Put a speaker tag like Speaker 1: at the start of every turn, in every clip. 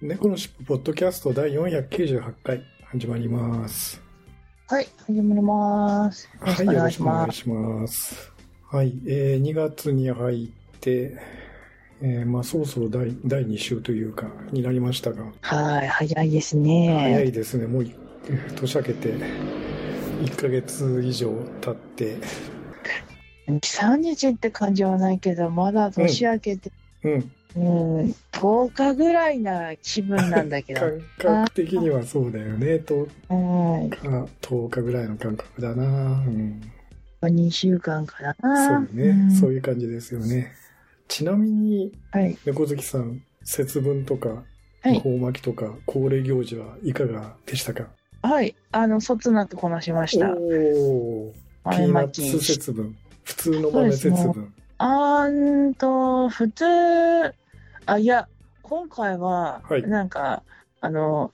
Speaker 1: 猫のしっぽポッドキャスト第498回始まります。
Speaker 2: はい、始まります。よろ
Speaker 1: は
Speaker 2: し
Speaker 1: い、
Speaker 2: く
Speaker 1: よ
Speaker 2: お願
Speaker 1: ろ
Speaker 2: い
Speaker 1: し
Speaker 2: し
Speaker 1: くお願
Speaker 2: ま
Speaker 1: い
Speaker 2: す。
Speaker 1: します。はい、えー2月に入って、えーまあ、そろそろ第第2週というか、になりましたが、
Speaker 2: はい、早いです
Speaker 1: 早
Speaker 2: ね。
Speaker 1: いですね、もうい年明けて1ヶ月以上経って、
Speaker 2: 3日って感じはないけど、まだ年明けて、
Speaker 1: うん、
Speaker 2: うん、10日ぐらいな気分なんだけど、
Speaker 1: 感覚的にはそうだよね、10
Speaker 2: うん、
Speaker 1: 日、10日ぐらいの感覚だな、うん、
Speaker 2: 2週間か
Speaker 1: そう
Speaker 2: な。
Speaker 1: ね、
Speaker 2: ん
Speaker 1: そういう感じですよね。ちなみに、
Speaker 2: はい、
Speaker 1: 猫好きさん、節分とか、
Speaker 2: はい
Speaker 1: 恵方巻きとか、恒例行事はいかがでしたか
Speaker 2: はい、あの、そつなくこなしました。
Speaker 1: おーピ
Speaker 2: 豆
Speaker 1: ーナッ
Speaker 2: ま
Speaker 1: ツ
Speaker 2: き。
Speaker 1: 節分。普通の豆節
Speaker 2: そう
Speaker 1: 分。
Speaker 2: あーんと、普通、あ、いや、今回は
Speaker 1: はい、
Speaker 2: なんか、あの、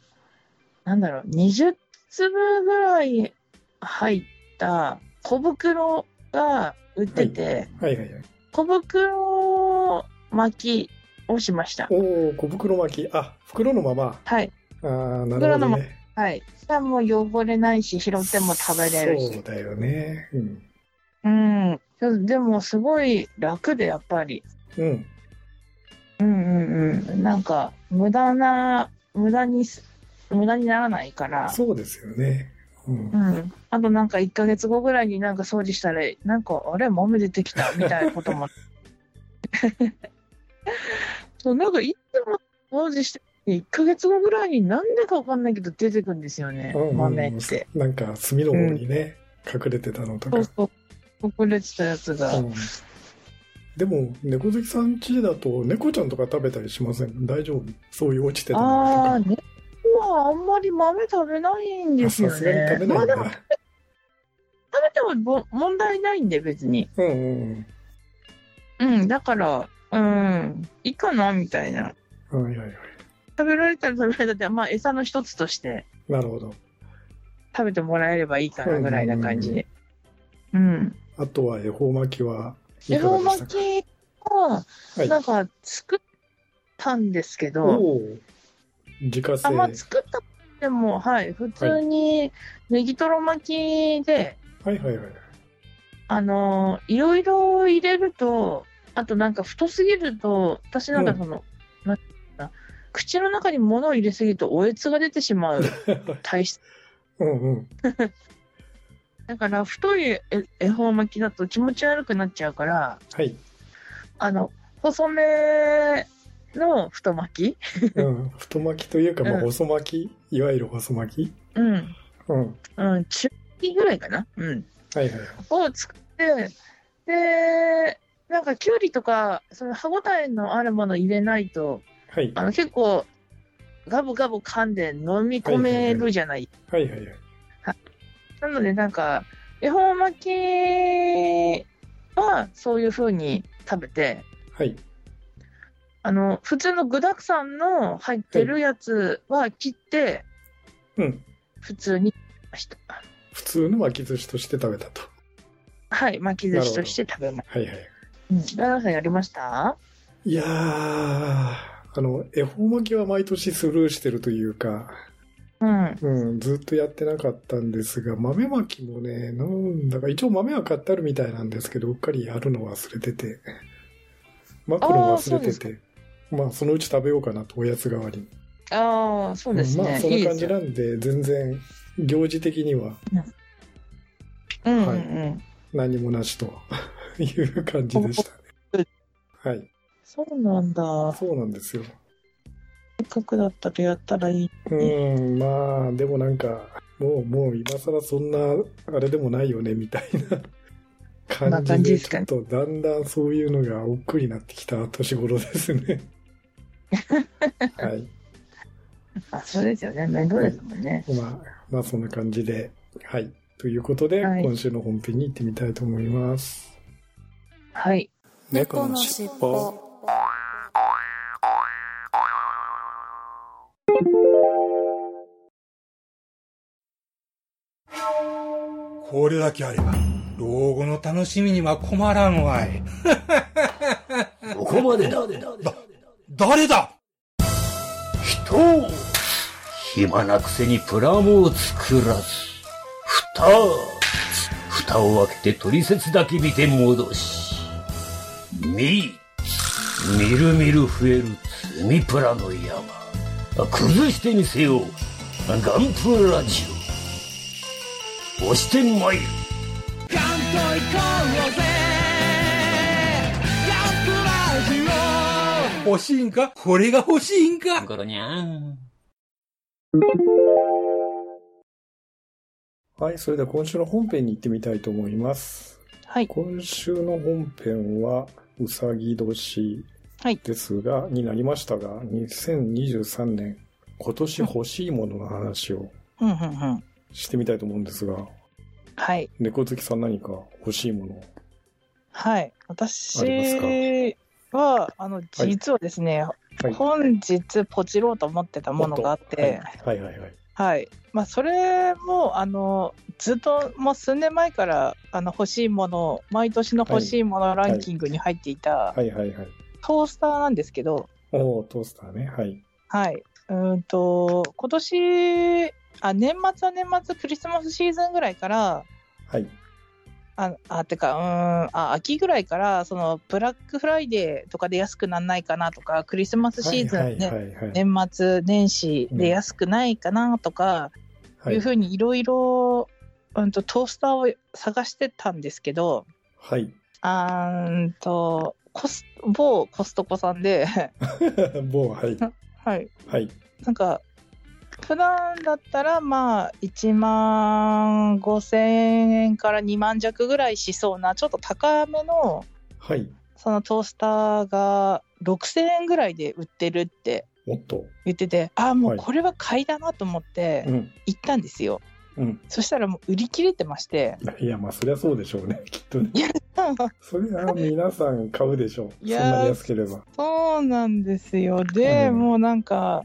Speaker 2: なんだろう、20粒ぐらい入った小袋が売ってて、
Speaker 1: はいはいはい。
Speaker 2: 小袋巻きをしました。
Speaker 1: おお、小袋巻き。あ、袋のまま。
Speaker 2: はい。
Speaker 1: ああ、なる
Speaker 2: 袋
Speaker 1: ほ
Speaker 2: の
Speaker 1: ど
Speaker 2: ま
Speaker 1: ね。
Speaker 2: はい。しかも汚れないし、拾っても食べれる
Speaker 1: そう
Speaker 2: し。
Speaker 1: だよね。うん。
Speaker 2: うん。ちょでも、すごい楽で、やっぱり。
Speaker 1: うん。
Speaker 2: うんうんうん、なんか無駄な無駄にす無駄にならないから、
Speaker 1: そうですよね。うん
Speaker 2: う。ん、あとなんか1ヶ月後ぐらいになんか掃除したらなんかあれ豆出てきたみたいなこ ともそうなんかいつも掃除して1ヶ月後ぐらいになんでかわかんないけど出てくんですよね
Speaker 1: うんうん
Speaker 2: 豆って。
Speaker 1: なんか、炭の方にね、隠れてたのとか
Speaker 2: そう。そう隠れてたやつが、
Speaker 1: うんでも、猫好きさん家だと、猫ちゃんとか食べたりしません大丈夫そういう落ちてたの
Speaker 2: ああ
Speaker 1: とか。
Speaker 2: ねまああんまり豆食べないんで
Speaker 1: あ
Speaker 2: す
Speaker 1: さ
Speaker 2: よ
Speaker 1: すがに
Speaker 2: ね
Speaker 1: 食べ
Speaker 2: ま
Speaker 1: ないん
Speaker 2: あでも食
Speaker 1: だ。
Speaker 2: べてもぼ問題ないんで別に
Speaker 1: うんうん
Speaker 2: うん、だから、うん、いいかな、みたいな。
Speaker 1: うん。はいはいはい。
Speaker 2: 食べられたら食べられたって、まあ、餌の一つとして
Speaker 1: なるほど。
Speaker 2: 食べてもらえればいいかな、ぐらいな感じで。うん。
Speaker 1: あとは恵方巻きは
Speaker 2: 恵
Speaker 1: いかが
Speaker 2: 方
Speaker 1: でした
Speaker 2: 巻
Speaker 1: か
Speaker 2: きは、
Speaker 1: はい
Speaker 2: なんか、作ったんですけ
Speaker 1: お
Speaker 2: ど、
Speaker 1: お自家製
Speaker 2: あんま作ったでも、はい、普通にネギトロ巻きで、
Speaker 1: はいはいはい
Speaker 2: あのーいろいろ入れると、あとなんか太すぎると、私なんかその、なんていうのかな口の中に物を入れすぎるとおえつが出てし まう体質。
Speaker 1: うんうん
Speaker 2: だから、太いえ恵方巻きだと気持ち悪くなっちゃうから、
Speaker 1: はい、
Speaker 2: あの、細めの太巻き
Speaker 1: うん、太巻きというか、まあ、
Speaker 2: うん
Speaker 1: 細巻きいわゆる細巻き
Speaker 2: うん。
Speaker 1: うんは
Speaker 2: うん、中巻きぐらいかなうん。
Speaker 1: いはいはい
Speaker 2: を作って、で、なんかきゅうりとか、その歯ごたえのあるもの入れないと、
Speaker 1: はい
Speaker 2: あの結構ガブガブ噛んで飲み込めるじゃない。
Speaker 1: はいはいはい
Speaker 2: なのでなんか恵方巻きはそういう風に食べて、
Speaker 1: はい
Speaker 2: あの普通の具沢山の入ってるやつは切って
Speaker 1: うん
Speaker 2: 普通にました。
Speaker 1: 普通の巻き寿司として食べたと
Speaker 2: はい、巻き寿司として食べまし
Speaker 1: はいはい
Speaker 2: た。ガナさんやりました？
Speaker 1: いやーあの恵方巻きは毎年スルーしてるというか、
Speaker 2: うん。
Speaker 1: うん、ずっとやってなかったんですが豆巻きもねなんだか一応豆は買ってあるみたいなんですけどうっかりやるの忘れててマクロ忘れ
Speaker 2: あー
Speaker 1: て
Speaker 2: そ
Speaker 1: てまあそのうち食べようかなとおやつ代わりに
Speaker 2: ああ、そうですね。
Speaker 1: まあそん
Speaker 2: い
Speaker 1: ない
Speaker 2: で
Speaker 1: 感
Speaker 2: す
Speaker 1: じ
Speaker 2: よ。
Speaker 1: なんで全然行事的には
Speaker 2: うんうんう
Speaker 1: はい
Speaker 2: ん。
Speaker 1: 何もなしと いう感じでしたねはい
Speaker 2: そうなんだ。
Speaker 1: そうなんですよ
Speaker 2: せっかくだったらやったらいい。
Speaker 1: うーんまあでもなんかもうもう今更そんなあれでもないよねみたいな
Speaker 2: な
Speaker 1: 感じ
Speaker 2: 感じ
Speaker 1: で
Speaker 2: です
Speaker 1: ち
Speaker 2: か
Speaker 1: ょっ
Speaker 2: ね
Speaker 1: とだんだんそういうの が億劫になってきた年頃ですねはい
Speaker 2: あ、そうですよね。面倒ですもんね。
Speaker 1: まあ、まあ、そんな感じで。はい。ということで、
Speaker 2: はい
Speaker 1: 今週の本編に行ってみたいと思います。
Speaker 2: はい。
Speaker 3: 猫のしっぽ
Speaker 4: これだけあれば、老後の楽しみには困らんわい。
Speaker 5: ここまでだ。
Speaker 4: 誰だ
Speaker 5: 人を暇なくせにプラモを作らず、蓋を、蓋を開けて取説だけ見て戻し、み、みるみる増える積みプラの山、崩してみせよう、ガンプラジオ、押してまいる。
Speaker 4: 欲しいんかこれが欲しいんか
Speaker 5: ゴロニャン。
Speaker 1: はい。それでは今週の本編に行ってみたいと思います。
Speaker 2: はい。
Speaker 1: 今週の本編は、うさぎ年
Speaker 2: はい
Speaker 1: ですが、になりましたが、2023年、今年欲しいものの話を
Speaker 2: うんうんうん。
Speaker 1: してみたいと思うんですが、
Speaker 2: はい。
Speaker 1: 猫好きさん何か欲しいもの
Speaker 2: はい。
Speaker 1: あります
Speaker 2: 私は、あの、実はですね、
Speaker 1: はい。
Speaker 2: 本日ポチろうと思ってたものがあって、
Speaker 1: はいはいはい。
Speaker 2: はい。まあ、それも、あの、ずっと、もう数年前から、あの、欲しいもの、毎年の欲しいものランキングに入っていた、
Speaker 1: はいはいはい。
Speaker 2: トースターなんですけど、
Speaker 1: おートースターね。はい。
Speaker 2: はい。うーんと、今年、あ、年末は年末、クリスマスシーズンぐらいから、
Speaker 1: はい。
Speaker 2: あ、あてか、うーん、あ、秋ぐらいから、その、ブラックフライデーとかで安くなんないかなとか、クリスマスシーズン、ね
Speaker 1: はいはいはい。
Speaker 2: 年末年始で安くないかなとか、
Speaker 1: はい
Speaker 2: いうふうにいろいろ、うんと、トースターを探してたんですけど、
Speaker 1: はい。
Speaker 2: あーんと、コス、某コストコさんで、
Speaker 1: もう、はい。
Speaker 2: はい。
Speaker 1: はい。
Speaker 2: なんか、普段だったら、まあ、1万5000円から2万弱ぐらいしそうな、ちょっと高めの、
Speaker 1: はい。
Speaker 2: そのトースターが6000円ぐらいで売ってるって
Speaker 1: おっと。
Speaker 2: 言ってて、ああ、も
Speaker 1: は
Speaker 2: う
Speaker 1: い
Speaker 2: これは買いだなと思って
Speaker 1: うん。
Speaker 2: 行ったんですよ。
Speaker 1: うん。
Speaker 2: そしたらもう売り切れてまして、
Speaker 1: いや、まあ、そりゃそうでしょうね。きっとね。
Speaker 2: そ
Speaker 1: それは皆さん買うでしょう。そん
Speaker 2: いやー
Speaker 1: なに安ければ。
Speaker 2: うなんですよ。で、
Speaker 1: うん
Speaker 2: もうなんか、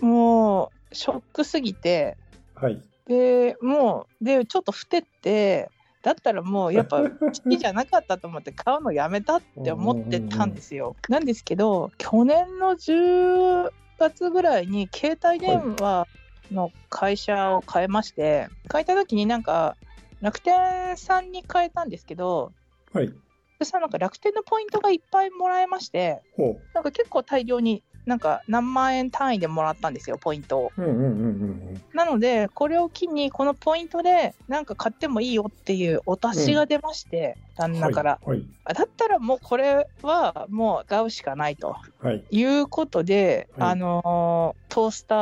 Speaker 2: もう、ショックすぎて、
Speaker 1: はい。
Speaker 2: でもうでちょっとふてってだったらもうやっぱ好きじゃなかったと思って 買うのやめたって思ってたんですよ。なんですけど去年の10月ぐらいに携帯電話の会社を変えまして変えた時になんか楽天さんに変えたんですけど
Speaker 1: はい。
Speaker 2: そしたらなんか楽天のポイントがいっぱいもらえまして
Speaker 1: ほ
Speaker 2: なんか結構大量になんか何万円単位でもらったんですよポイントを。
Speaker 1: う。うんうんうんうん
Speaker 2: なので、これを機に、このポイントで、なんか買ってもいいよっていうお達しが出まして、
Speaker 1: うん。
Speaker 2: 旦那から、
Speaker 1: はい。はい。
Speaker 2: あだったらもうこれはもう買うしかないと
Speaker 1: はい。
Speaker 2: いうことで、
Speaker 1: はい
Speaker 2: あのートースタ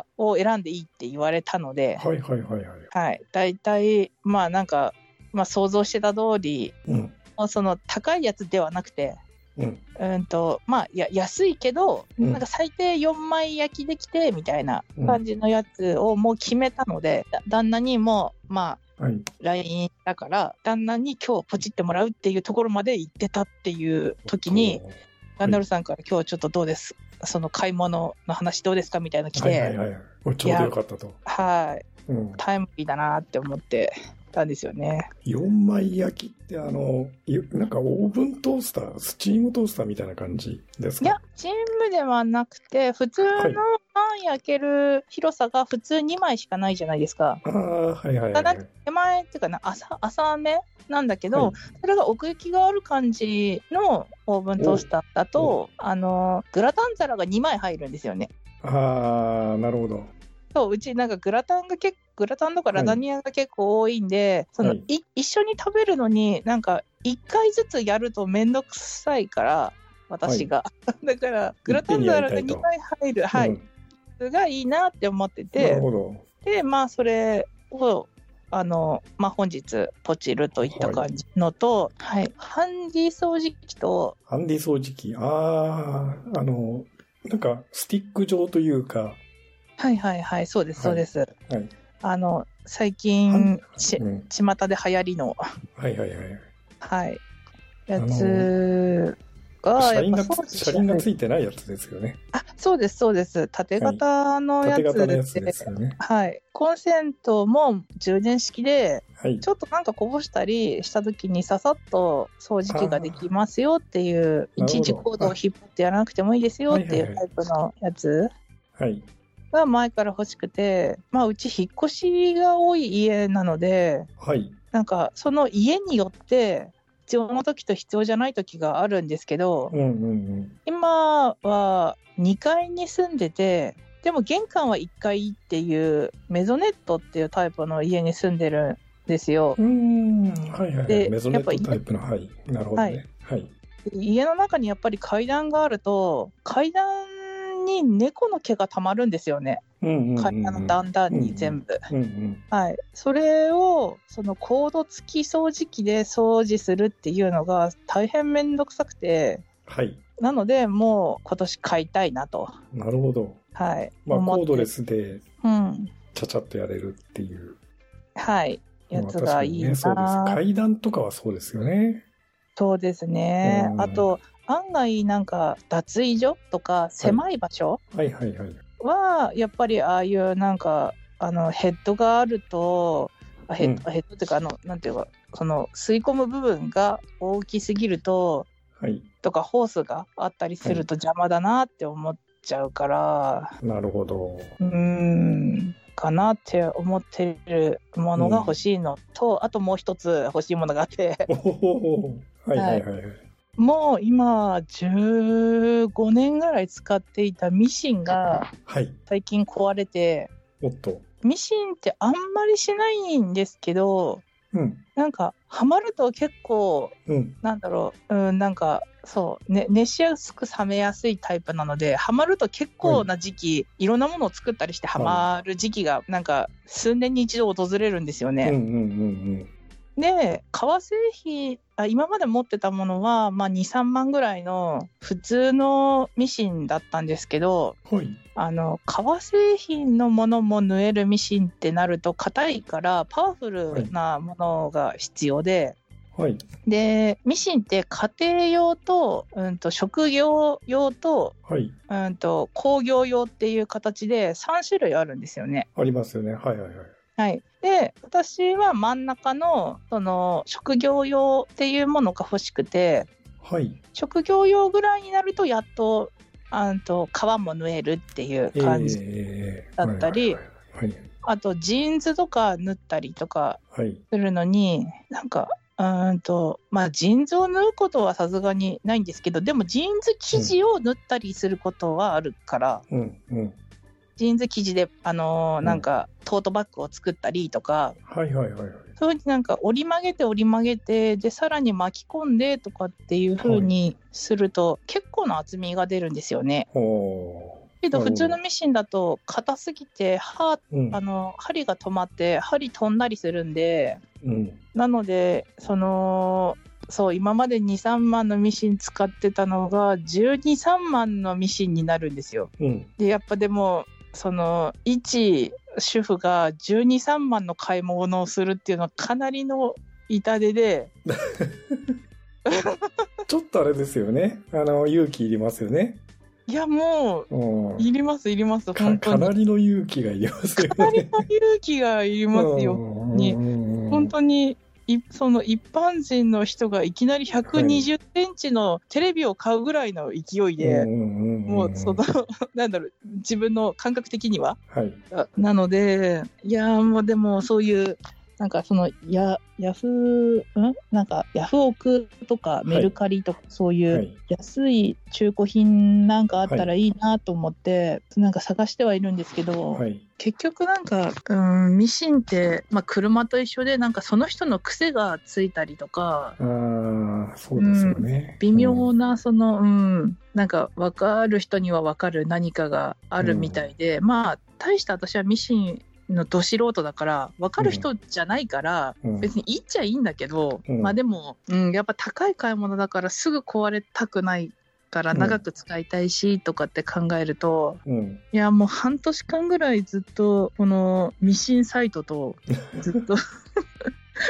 Speaker 2: ーを選んでいいって言われたので、
Speaker 1: はいはいはいはい。
Speaker 2: はい、大体、まあなんか、まあ想像してた通り、
Speaker 1: うん。
Speaker 2: もうその高いやつではなくて、
Speaker 1: うん。
Speaker 2: うんとまあや安いけど、
Speaker 1: うん
Speaker 2: なんか最低4枚焼きできてみたいな感じのやつをもう決めたので、だ旦那にもまあ
Speaker 1: はい。
Speaker 2: LINE だから旦那に今日ポチってもらうっていうところまで行ってたっていう時にガンダルさんから今日ちょっとどうですその買い物の話どうですかみたいなの来
Speaker 1: おっと。
Speaker 2: て
Speaker 1: ははいはいはい。おちょうど
Speaker 2: はいい
Speaker 1: よかったと。うん。
Speaker 2: タイムリーだなって思ってたんですよね
Speaker 1: 4枚焼きって、あの、いなんかオーブントースター、スチームトースターみたいな感じですか
Speaker 2: いやチームではなくて普通の
Speaker 1: はい
Speaker 2: パン焼ける広さが普通2枚しかないじゃないですか
Speaker 1: ああ、はいはいはい
Speaker 2: た
Speaker 1: は
Speaker 2: だ
Speaker 1: い。
Speaker 2: 手前っていうかな浅浅めなんだけど、
Speaker 1: はい
Speaker 2: それが奥行きがある感じのオーブントースターだとあのグラタン皿が2枚入るんですよね
Speaker 1: ああ、なるほど。
Speaker 2: そううちなんかグラタンが結構グラタンとか
Speaker 1: はい
Speaker 2: ラザニアが結構多いんで、その
Speaker 1: はい
Speaker 2: い一緒に食べるのになんか1回ずつやると面倒くさいから私が、 だからグラタン皿が2枚入るはい、
Speaker 1: うん
Speaker 2: がいいなって思って
Speaker 1: な
Speaker 2: て
Speaker 1: るほど。
Speaker 2: でまあそれをあの、まあ、本日ポチるといった感じのと、はいハンディ掃除機と
Speaker 1: ハンディ掃除機。ああ、あの、なんか、スティック状というか、
Speaker 2: はいはいはい、そうです、そうです。
Speaker 1: はい。
Speaker 2: あの、最
Speaker 1: は
Speaker 2: 近、ち
Speaker 1: うん。
Speaker 2: 巷で流行りの、
Speaker 1: はいはいはい。
Speaker 2: はい、やつが、
Speaker 1: 車
Speaker 2: や
Speaker 1: 輪
Speaker 2: っぱ
Speaker 1: が
Speaker 2: そうで、す
Speaker 1: 車
Speaker 2: よ
Speaker 1: 輪が
Speaker 2: ね
Speaker 1: ついてないやつですよね。
Speaker 2: あ、そうです、そうです。縦型のや
Speaker 1: 縦型のや
Speaker 2: つ
Speaker 1: つ
Speaker 2: で
Speaker 1: ですよね。
Speaker 2: はい、コンセントも充電式で
Speaker 1: はい
Speaker 2: ち。ょっとなんかこぼしたりした時にささっと掃除機ができますよっていう
Speaker 1: あー
Speaker 2: いちいち
Speaker 1: なるほ
Speaker 2: コー
Speaker 1: ど
Speaker 2: ドを引っ張ってやらなくてもいいですよってい
Speaker 1: は
Speaker 2: う
Speaker 1: い
Speaker 2: タ
Speaker 1: は
Speaker 2: イプのやつ
Speaker 1: はい。
Speaker 2: が前から欲しくて、まあ、うち引っ越しが多い家なので
Speaker 1: はい。
Speaker 2: なんかその家によって必要な時と必要じゃない時があるんですけど
Speaker 1: うんうん
Speaker 2: 今は2階に住んでてでも玄関は1階っていうメゾネットっていうタイプの家に住んでるんですよ
Speaker 1: うん。うーん。はいはいは
Speaker 2: で
Speaker 1: い。メゾネッ
Speaker 2: やっ
Speaker 1: ト
Speaker 2: ぱ
Speaker 1: タイプの、はい。なるほどね。はい。
Speaker 2: 家の中にやっぱり階段があると階段に猫の毛がたまるんですよね
Speaker 1: うんうんうんうん。
Speaker 2: 階段の段々に全部、
Speaker 1: うんうん。
Speaker 2: はい、それをそのコード付き掃除機で掃除するっていうのが大変面倒くさくて
Speaker 1: はい。
Speaker 2: なのでもう今年買いたいなと、
Speaker 1: なるほど。
Speaker 2: はい、
Speaker 1: まあ、
Speaker 2: 思っ
Speaker 1: コ
Speaker 2: て
Speaker 1: ードレスで、
Speaker 2: うん、
Speaker 1: ちゃちゃっとやれるっていう。
Speaker 2: はい、やつ
Speaker 1: まあ
Speaker 2: がいいな、
Speaker 1: 確かにねそうです。階段とかはそうですよね。
Speaker 2: そうですね、
Speaker 1: うん
Speaker 2: あと案外なんか脱衣所とか狭い場所
Speaker 1: はいはいはい。
Speaker 2: はやっぱりああいうなんかあのヘッドがあるとあヘッド、ヘッドっていうかあのなんていうかその吸い込む部分が大きすぎると
Speaker 1: はい。
Speaker 2: とかホースがあったりすると邪魔だなって思っちゃうから、
Speaker 1: なるほど。
Speaker 2: うーんかなって思ってるものが欲しいのと、あともう一つ欲しいものがあって。
Speaker 1: おお。はいはいはい。
Speaker 2: もう今15年ぐらい使っていたミシンが
Speaker 1: はい。
Speaker 2: 最近壊れて
Speaker 1: おっと。
Speaker 2: ミシンってあんまりしないんですけど
Speaker 1: うん。
Speaker 2: なんかハマると結構
Speaker 1: うん。
Speaker 2: なんだろううんなんかそう、ね、熱しやすく冷めやすいタイプなのでハマると結構な時期、いろんなものを作ったりしてハマる時期がなんか数年に一度訪れるんですよね。
Speaker 1: うんうんうん
Speaker 2: で革製品あ今まで持ってたものは、まあ、23万ぐらいの普通のミシンだったんですけど
Speaker 1: うん。はい。
Speaker 2: あの革製品のものも縫えるミシンってなると硬いからパワフルなものが必要で。
Speaker 1: はい。
Speaker 2: でミシンって家庭用と,、うん、と職業用と,、
Speaker 1: はい。
Speaker 2: うん、と工業用っていう形で3種類あるんですよね。
Speaker 1: ありますよね。はいはいはい。
Speaker 2: はい、で私は真ん中のその職業用っていうものが欲しくて
Speaker 1: はい。
Speaker 2: 職業用ぐらいになるとやっとあんと皮も縫えるっていう感じ、
Speaker 1: えー
Speaker 2: だったり
Speaker 1: はいはい
Speaker 2: あとジーンズとか縫ったりとか
Speaker 1: はい。はい。
Speaker 2: するのになんかうーんとまあジーンズを縫うことはさすがにないんですけどでもジーンズ生地を縫ったりすることはあるから、
Speaker 1: うんうん。
Speaker 2: ジーンズ生地であのー
Speaker 1: うん
Speaker 2: なんかトートバッグを作ったりとか、
Speaker 1: はいはいはいはい。
Speaker 2: そういうふうになんか折り曲げて折り曲げてでさらに巻き込んでとかっていうふうにすると、結構な厚みが出るんですよね。
Speaker 1: ほ
Speaker 2: けど
Speaker 1: なるほど
Speaker 2: 普通のミシンだと硬すぎて刃
Speaker 1: う。うん
Speaker 2: あ。の針が止まって針飛んだりするんで
Speaker 1: うん。
Speaker 2: なのでそのそう今まで23万のミシン使ってたのが123万のミシンになるんですよ。
Speaker 1: うん。
Speaker 2: でやっぱでもその一主婦が1 2三3万の買い物をするっていうのはかなりの痛手で
Speaker 1: ちょっとあれですよね。あの、勇気いりますよね。
Speaker 2: いやもう
Speaker 1: うん。
Speaker 2: いりますいります
Speaker 1: か
Speaker 2: 本当
Speaker 1: か
Speaker 2: に
Speaker 1: なりの勇気がいりますよね。
Speaker 2: かなりの勇気がいりますよ
Speaker 1: うん
Speaker 2: に
Speaker 1: うん
Speaker 2: 本当にいその一般人の人がいきなり1 2 0ンチのテレビを買うぐらいの勢いで、も
Speaker 1: も
Speaker 2: うその なんだろう自分の感覚的には
Speaker 1: はい。
Speaker 2: なので、いやーもうでもそういう、なんかそのやヤフー、んなんかヤフオクとか
Speaker 1: い
Speaker 2: メルカリとかそうい
Speaker 1: は
Speaker 2: う
Speaker 1: い。
Speaker 2: 安い中古品なんかあったらいいなと思って、なんか探してはいるんですけど、
Speaker 1: はい。
Speaker 2: 結局なんか、うん、ミシンって、まあ車と一緒で、なんかその人の癖がついたりとか、
Speaker 1: ああ、そうですよね。
Speaker 2: 微妙
Speaker 1: うん
Speaker 2: なそのうんなんか分かる人には分かる何かがあるみたいで、まあ大した私はミシンのど素人だから分かる人じゃないから、
Speaker 1: うん
Speaker 2: 別にいいっちゃいいんだけど、
Speaker 1: うん
Speaker 2: まあでも、うん、やっぱ高い買い物だからすぐ壊れたくないから長く使いたいしとかって考えると、
Speaker 1: うん。
Speaker 2: いやもう半年間ぐらいずっとこのミシンサイト とずっと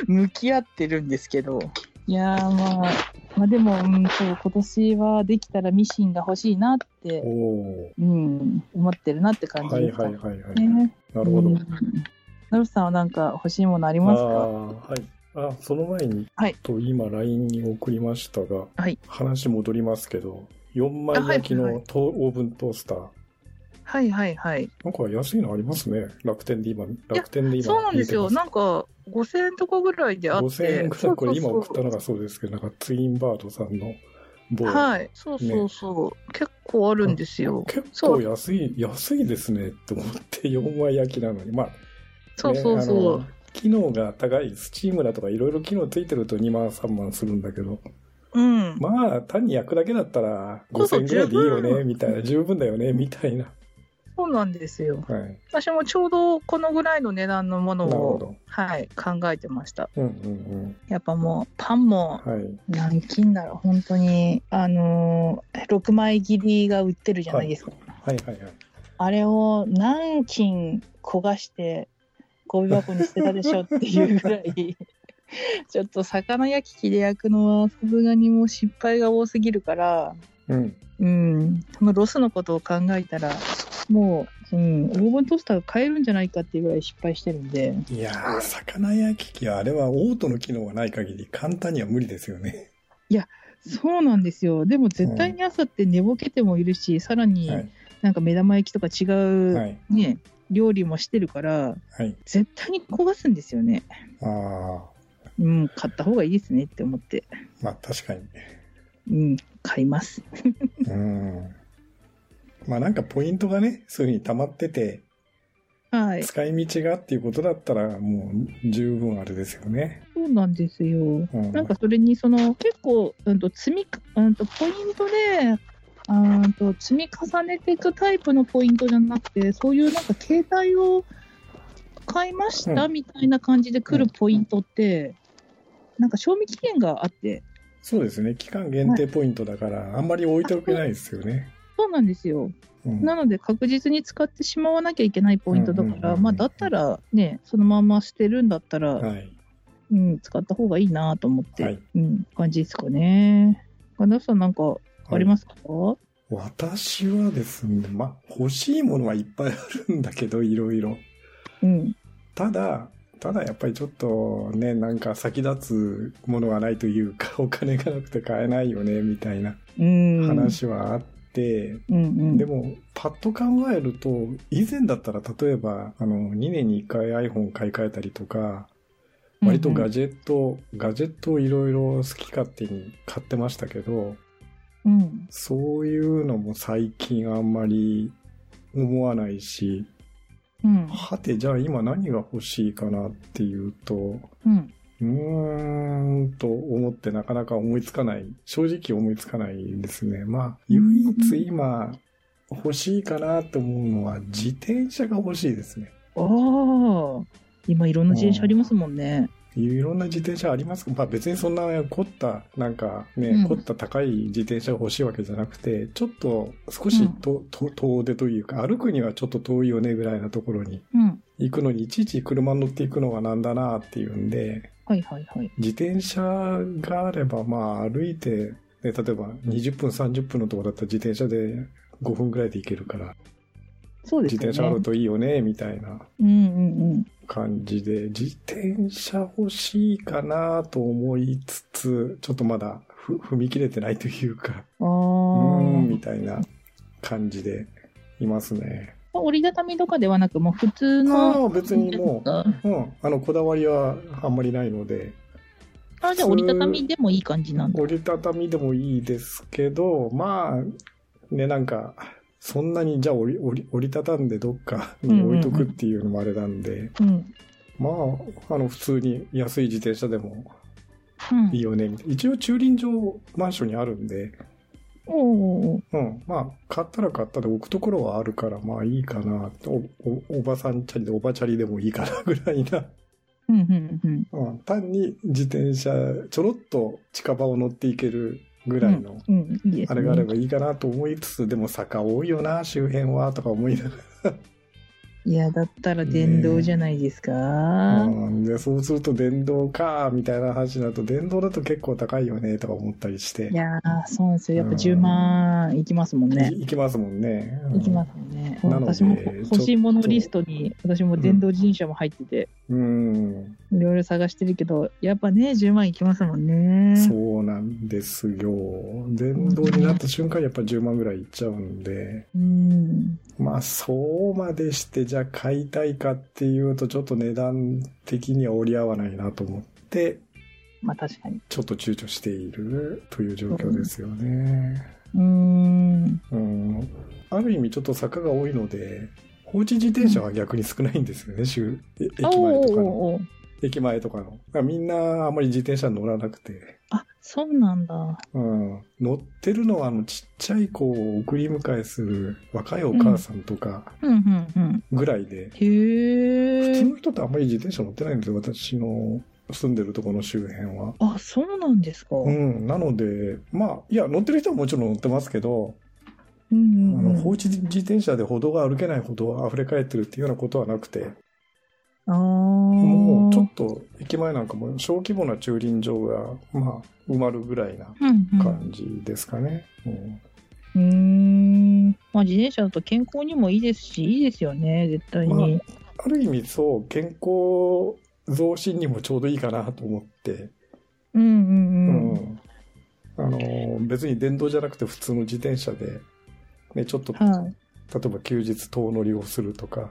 Speaker 2: 向き合ってるんですけどいやーまあまあでも、うん、そう今年はできたらミシンが欲しいなって、
Speaker 1: お
Speaker 2: うん、思ってるなって
Speaker 1: お。
Speaker 2: 感じ
Speaker 1: はい
Speaker 2: ですか
Speaker 1: はい
Speaker 2: ね。
Speaker 1: はいはい。なるほど。
Speaker 2: うんナルフさんはなんか欲しいものあります
Speaker 1: あ
Speaker 2: か
Speaker 1: あはい。あ、その前に、
Speaker 2: はい
Speaker 1: と今 LINE に送りましたが、
Speaker 2: はい
Speaker 1: 話戻りますけど、4枚焼き
Speaker 2: あはい
Speaker 1: の
Speaker 2: は
Speaker 1: トーオーブントースター。
Speaker 2: はいはいはい。
Speaker 1: なんか安いのありますね。楽天で今、楽天で今見てます。
Speaker 2: そうなんですよ。なんか5000円とかぐらいであって。
Speaker 1: 5000円くらい、これ今
Speaker 2: そうそう
Speaker 1: 送
Speaker 2: そう
Speaker 1: ったのがそうですけど、なんかツインバードさんの棒。
Speaker 2: はい。そうそうそう。結構あるんですよ。
Speaker 1: 結
Speaker 2: そ
Speaker 1: 構
Speaker 2: う
Speaker 1: 安い、安いですねと思って4枚焼きなのに。まあ、
Speaker 2: そうそう
Speaker 1: ね
Speaker 2: そ
Speaker 1: あ
Speaker 2: う
Speaker 1: の。機能が高い、スチームだとかいろいろ機能ついてると2万3万するんだけど、
Speaker 2: うん。
Speaker 1: まあ単に焼くだけだったら
Speaker 2: そうそう
Speaker 1: 5000円ぐらいでいいよ
Speaker 2: 十
Speaker 1: ね、
Speaker 2: 分
Speaker 1: みたいな、十分だよね、みたいな。
Speaker 2: そうなんですよ。
Speaker 1: はい。な
Speaker 2: 私もちょうどこのぐらいの値段のもの
Speaker 1: るほ
Speaker 2: を、
Speaker 1: ど。
Speaker 2: はい、考えてました。
Speaker 1: うんうん
Speaker 2: やっぱもう、パンも
Speaker 1: うん。はい。
Speaker 2: 何金だろう、本当に、あのー、6枚切りが売ってるじゃないですか。
Speaker 1: はいはいはい。
Speaker 2: あれを何斤焦がしてゴミ箱に捨てたでしょっていうぐらい ちょっと魚焼き器で焼くのはさすがにもう失敗が多すぎるから
Speaker 1: うん。
Speaker 2: うんそのロスのことを考えたらもう、うん、オーブントースターが買えるんじゃないかっていうぐらい失敗してるんで
Speaker 1: いやー、魚焼き器はあれはオートの機能がない限り簡単には無理ですよね。
Speaker 2: そうなんですよでも絶対に朝って寝ぼけてもいるし、さらに
Speaker 1: はい。
Speaker 2: なんか目玉焼きとか違う、
Speaker 1: はい。
Speaker 2: ね料理もしてるから
Speaker 1: はい。
Speaker 2: 絶対に焦がすんですよね
Speaker 1: ああ、
Speaker 2: うん買った方がいいですねって思って
Speaker 1: まあ確かに。
Speaker 2: うん、買います。
Speaker 1: うん。まあなんかポイントがね、そういうふうに溜まってて、
Speaker 2: はい。
Speaker 1: 使い道がっていうことだったらもう十分あれですよね。
Speaker 2: そうなんですよ。
Speaker 1: うん
Speaker 2: なんかそれに、その、結構、うんと、積み、うんと、ポイントで、うんと、積み重ねていくタイプのポイントじゃなくて、そういうなんか携帯を買いました
Speaker 1: うん
Speaker 2: みたいな感じで来るポイントって、なんか賞味期限があって、
Speaker 1: そうですね。期間限定ポイントだから、あんまり置いておけないですよね。
Speaker 2: そうなんですよ。
Speaker 1: うん
Speaker 2: なので確実に使ってしまわなきゃいけないポイントだ
Speaker 1: うんうんう
Speaker 2: か
Speaker 1: んう
Speaker 2: ら、
Speaker 1: ん
Speaker 2: まあだったらね、そのまま捨てるんだったら、
Speaker 1: はい。
Speaker 2: うん、使った方がいいなと思って、
Speaker 1: はい。
Speaker 2: うん、感じですかね。神田さんなんかありますすか、
Speaker 1: 私はですね、まあ欲しいものはいっぱいあるんだけど、いろいろ。
Speaker 2: うん。
Speaker 1: ただ、ただやっぱりちょっとね、なんか先立つものがないというか、お金がなくて買えないよね、みたいな
Speaker 2: うん。。
Speaker 1: 話はあって、
Speaker 2: うんうん。
Speaker 1: でも、パッと考えると、以前だったら例えば、あの、2年に1回 iPhone 買い替えたりとか、割とガ
Speaker 2: ジ、
Speaker 1: ジェット、ガジェットをいろいろ好き勝手に買ってましたけど、
Speaker 2: うん。
Speaker 1: そういうのも最近あんまり思わないし、
Speaker 2: うん。
Speaker 1: はて、じゃあ今何が欲しいかなっていうと、う
Speaker 2: うん。
Speaker 1: ーんと思ってなかなか思いつかない、正直思いつかないですね。まあ、唯一今欲しいかなと思うのは自転車が欲しいですね。
Speaker 2: ああ。今いろんな自転車ありますもんね。
Speaker 1: いろんな自転車ありますかまあ別にそんな凝った、なんかね、
Speaker 2: うん
Speaker 1: 凝った高い自転車が欲しいわけじゃなくて、ちょっと少しと、と遠出というか、歩くにはちょっと遠いよねぐらいなところに
Speaker 2: うん。
Speaker 1: 行くのに、いちいち車に乗っていくのはなんだなっていうんで、
Speaker 2: はいはいはい。
Speaker 1: 自転車があれば、まあ歩いて、ね例えば20分30分のところだったら自転車で5分ぐらいで行けるから、
Speaker 2: そうで
Speaker 1: 自
Speaker 2: すよね。
Speaker 1: 転車あるといいよね、みたいな
Speaker 2: うんうんうん。
Speaker 1: 感じで、自転車欲しいかなと思いつつ、ちょっとまだふ踏み切れてないというか、
Speaker 2: あ
Speaker 1: うーん、
Speaker 2: ー
Speaker 1: みたいな感じでいますね。
Speaker 2: あ。折りたたみとかではなく、もう普通の。
Speaker 1: ああ、別にも
Speaker 2: あ
Speaker 1: う、うん、あの、こだわりはあんまりないので、
Speaker 2: あ、じゃあ折りたたみでもいい感じなんだ。
Speaker 1: 折りたたみでもいいですけど、まあ、ね、なんか、そんなにじゃあ折り折り折りたたんでどっかに置いとくっていうのもあれなんで、
Speaker 2: うん。
Speaker 1: まあ、あの、普通に安い自転車でも
Speaker 2: うん。
Speaker 1: いいよね、みたいな。一応駐輪場マンションにあるんで、
Speaker 2: おー
Speaker 1: うん。まあ、買ったら買ったで置くところはあるから、まあいいかな。お、お、おばさんチャリでおばチャリでもいいかなぐらいな。
Speaker 2: うんうんうん。
Speaker 1: うん。単に自転車、ちょろっと近場を乗っていけるぐらいの、
Speaker 2: うん、いいで す
Speaker 1: あ
Speaker 2: ね。
Speaker 1: れがあればいいかなと思いつつ、でも坂多いよな、周辺は、とか思いなが
Speaker 2: いや、だったら電動じゃないです
Speaker 1: ら、
Speaker 2: か。
Speaker 1: うん、でそうすると電動か、みたいな話になると、電動だと結構高いよね、とか思ったりして、
Speaker 2: いやー、そうなんですよ。やっぱ
Speaker 1: うん
Speaker 2: 10万いきますもんね。
Speaker 1: い行きますもんね。うん
Speaker 2: いきますもんね。
Speaker 1: なので
Speaker 2: 私も
Speaker 1: ちょっと
Speaker 2: 欲しいものリストに、私も電動自転車も入ってて、
Speaker 1: うん、
Speaker 2: いろいろ探してるけど、やっぱね、10万いきますもんね。
Speaker 1: そうなんですよ。電動になった瞬間、やっぱり10万ぐらいいっちゃうんで、
Speaker 2: うん。
Speaker 1: まあ、そうまでして、じゃあ買いたいかっていうと、ちょっと値段的には折り合わないなと思って、
Speaker 2: まあ確かに。
Speaker 1: ちょっと躊躇しているという状況ですよね。
Speaker 2: うん。
Speaker 1: うん、ある意味ちょっと坂が多いので放置自転車は逆に少ないんですよね、周え駅
Speaker 2: あ
Speaker 1: 前
Speaker 2: おう
Speaker 1: とかの
Speaker 2: おうおう
Speaker 1: 駅前とかのだからみんなあんまり自転車乗らなくて、
Speaker 2: あ、そうなんだ。
Speaker 1: うん、乗ってるのはあのちっちゃい子を送り迎えする若いお母さんとか
Speaker 2: うんうんうん。
Speaker 1: ぐらいで、普
Speaker 2: へ
Speaker 1: 通
Speaker 2: え。
Speaker 1: の人ってあんまり自転車乗ってないんですよ私の住んでるところの周辺は。
Speaker 2: あ、そうなんですか。う
Speaker 1: うんん、なのでまあいや乗ってる人はもちろん乗ってますけど
Speaker 2: う
Speaker 1: あ
Speaker 2: んう
Speaker 1: の
Speaker 2: ん
Speaker 1: 放置自転車で歩道が歩けないほど溢れ返ってるっていうようなことはなくて、
Speaker 2: ああ。
Speaker 1: も
Speaker 2: も
Speaker 1: うちょっと駅前なんかも小規模な駐輪場が、まあ、埋まるぐらいな
Speaker 2: うん
Speaker 1: 感じですかね。うん
Speaker 2: うん、うんまあ自転車だと健康にもいいですしいいですよね絶対に、
Speaker 1: まある意味そう、健康増進にもちょうどいいかなと思って、
Speaker 2: うん
Speaker 1: う
Speaker 2: うんうん、
Speaker 1: んあの別に電動じゃなくて普通の自転車で、ね、ちょっと、
Speaker 2: はい
Speaker 1: 例えば休日遠乗りをするとか、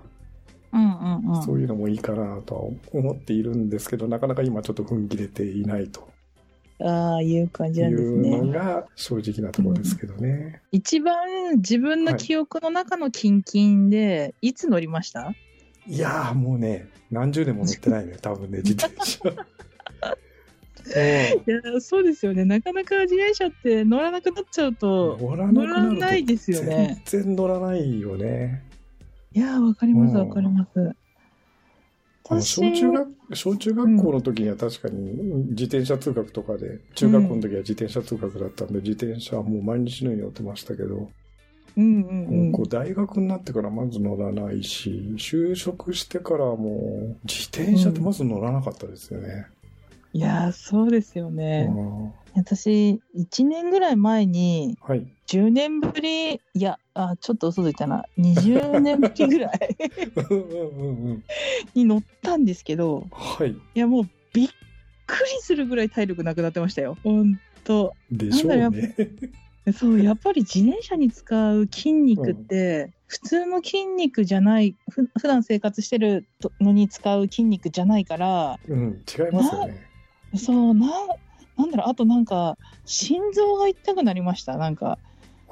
Speaker 2: うんうんうん
Speaker 1: そういうのもいいかなとは思っているんですけど、なかなか今ちょっと踏ん切れていないと
Speaker 2: ああいう感じ
Speaker 1: い
Speaker 2: なんです
Speaker 1: うの
Speaker 2: ね
Speaker 1: が正直なところですけどね。
Speaker 2: 一番自分の記憶の中のキンキンで、い、つ乗りました
Speaker 1: いやーもうね、何十年も乗ってないね、多 分ね、自転車。
Speaker 2: いやそうですよねなかなか自転車って乗らなくなっちゃうと
Speaker 1: 乗ら
Speaker 2: 乗ら
Speaker 1: なくな
Speaker 2: な
Speaker 1: る
Speaker 2: い
Speaker 1: と
Speaker 2: ですよね
Speaker 1: 全然乗らないよね。
Speaker 2: いやわかります
Speaker 1: うん
Speaker 2: わかります
Speaker 1: あの
Speaker 2: 私
Speaker 1: 小中学小中学校の時には確かに自転車通学とかで、中学校の時は自転車通学だったんで、自転車はもう毎日のように乗ってましたけど、
Speaker 2: うんうんうん
Speaker 1: こう大学になってからまず乗らないし、就職してからもう自転車ってまず乗らなかったですよね。
Speaker 2: いやそうですよね、
Speaker 1: うん
Speaker 2: 私1年ぐらい前に
Speaker 1: はい。
Speaker 2: 10年ぶりいやあちょっと嘘ついたな20年ぶりぐらい
Speaker 1: うんうんうん
Speaker 2: に乗ったんですけど
Speaker 1: はい。
Speaker 2: いやもうびっくりするぐらい体力なくなってましたよほんと
Speaker 1: でしょ
Speaker 2: な
Speaker 1: うん
Speaker 2: だろ
Speaker 1: ね。
Speaker 2: そうやっぱり自転車に使う筋肉って普通の筋肉じゃないふ普段生活してるとのに使う筋肉じゃないから
Speaker 1: うん、違いますよね。
Speaker 2: そうななんだろうあとなんか心臓が痛くなりましたなんか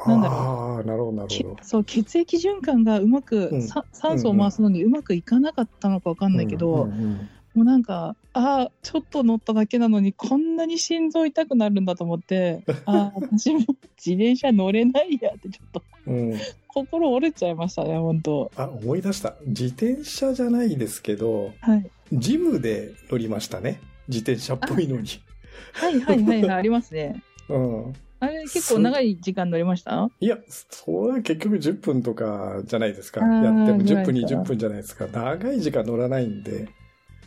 Speaker 2: なんだろう
Speaker 1: ああー、なるほど、なる
Speaker 2: け
Speaker 1: ほど。
Speaker 2: そう血液循環がうまく、
Speaker 1: うん
Speaker 2: さ酸素を回すのにうまくいかなかったのかわかんないけど、
Speaker 1: うんうんうん
Speaker 2: もうなんかああちょっと乗っただけなのにこんなに心臓痛くなるんだと思って ああ私も自転車乗れないやってちょっと
Speaker 1: うん、
Speaker 2: 心折れちゃいましたね本当
Speaker 1: あ思い出した自転車じゃないですけど
Speaker 2: はい
Speaker 1: ジムで乗りましたね自転車っぽいのに、
Speaker 2: はいはいはいはいありますね
Speaker 1: うん、
Speaker 2: あれ結構長い時間乗りました
Speaker 1: いやそれは結局10分とかじゃないですか
Speaker 2: あー
Speaker 1: やっても
Speaker 2: ぐら
Speaker 1: 10
Speaker 2: いか
Speaker 1: 分20分じゃないですか長い時間乗らないんで、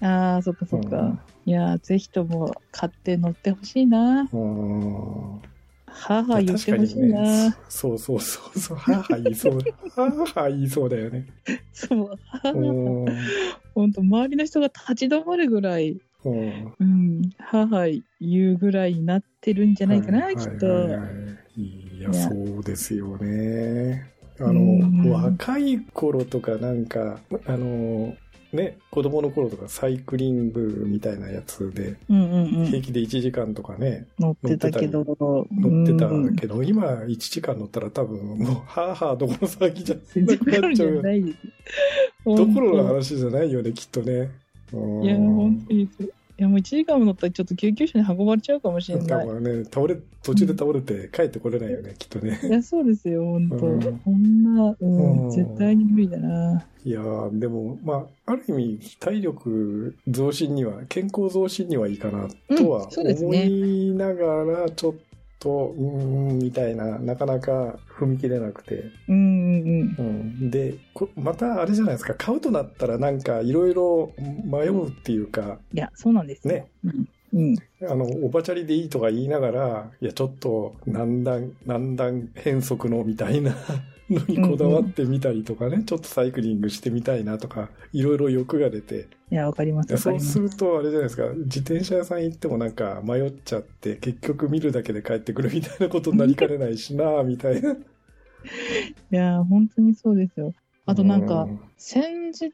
Speaker 2: ああそっかそっか、
Speaker 1: うん
Speaker 2: いやーぜひとも買って乗ってほしいな
Speaker 1: うん、
Speaker 2: 母言ってほしいな、
Speaker 1: そうそうそうそう母言いそう母言いそうだよね
Speaker 2: そう
Speaker 1: う
Speaker 2: 母
Speaker 1: ん、
Speaker 2: 本当周りの人が立ち止まるぐらい
Speaker 1: うん、
Speaker 2: うん、母言うぐらいになってるんじゃないかな、
Speaker 1: はいはい
Speaker 2: きっ
Speaker 1: はい
Speaker 2: と
Speaker 1: は。いいや、
Speaker 2: いや
Speaker 1: そうですよね。あ
Speaker 2: うん
Speaker 1: の、若い頃とかなんか、あの、ね、子供の頃とかサイクリングみたいなやつで、
Speaker 2: うんうんう
Speaker 1: 平
Speaker 2: ん。
Speaker 1: 気で1時間とかね、
Speaker 2: 乗ってたけど。
Speaker 1: 乗ってた
Speaker 2: うん
Speaker 1: けど、今1時間乗ったら多分もう、はあはあどこの騒ぎじゃ
Speaker 2: 全
Speaker 1: な
Speaker 2: 然
Speaker 1: くなっちゃう
Speaker 2: じ ゃ。ないです。
Speaker 1: どころの
Speaker 2: 本
Speaker 1: 話じゃないよね、きっとね。
Speaker 2: 当
Speaker 1: い
Speaker 2: いや、本当にそう。いや、もう1時間も乗ったらちょっと救急車に運ばれちゃうかもしれない。
Speaker 1: ね、倒れ、途中で倒れて帰ってこれないよね、きっとね。
Speaker 2: いや、そうですよ、本当
Speaker 1: うん
Speaker 2: こんな、うん
Speaker 1: うん
Speaker 2: 絶対に無理だな。
Speaker 1: いやーでも、まあ、ある意味、体力増進には、健康増進にはいいかなとは
Speaker 2: うんそうですね
Speaker 1: 思いながら、ちょっと、うーん、みたいな、なかなか踏み切れなくて。
Speaker 2: うんうんうん。
Speaker 1: うん、でこまたあれじゃないですか買うとなったらなんかいろいろ迷うっていうか
Speaker 2: いや、そうなんですよ
Speaker 1: ね。
Speaker 2: うん。
Speaker 1: あのおばちゃりでいいとか言いながらいやちょっと何段何段変則のみたいなのにこだわってみたりとかね、ちょっとサイクリングしてみたいなとかいろいろ欲が出て
Speaker 2: いや、わかります。わか
Speaker 1: そ
Speaker 2: り
Speaker 1: う
Speaker 2: ますす。
Speaker 1: るとあれじゃないですか自転車屋さん行ってもなんか迷っちゃって結局見るだけで帰ってくるみたいなことになりかねないしなみたいな。
Speaker 2: いや、本当にそうですよ。 あとなんか
Speaker 1: う、
Speaker 2: 先日、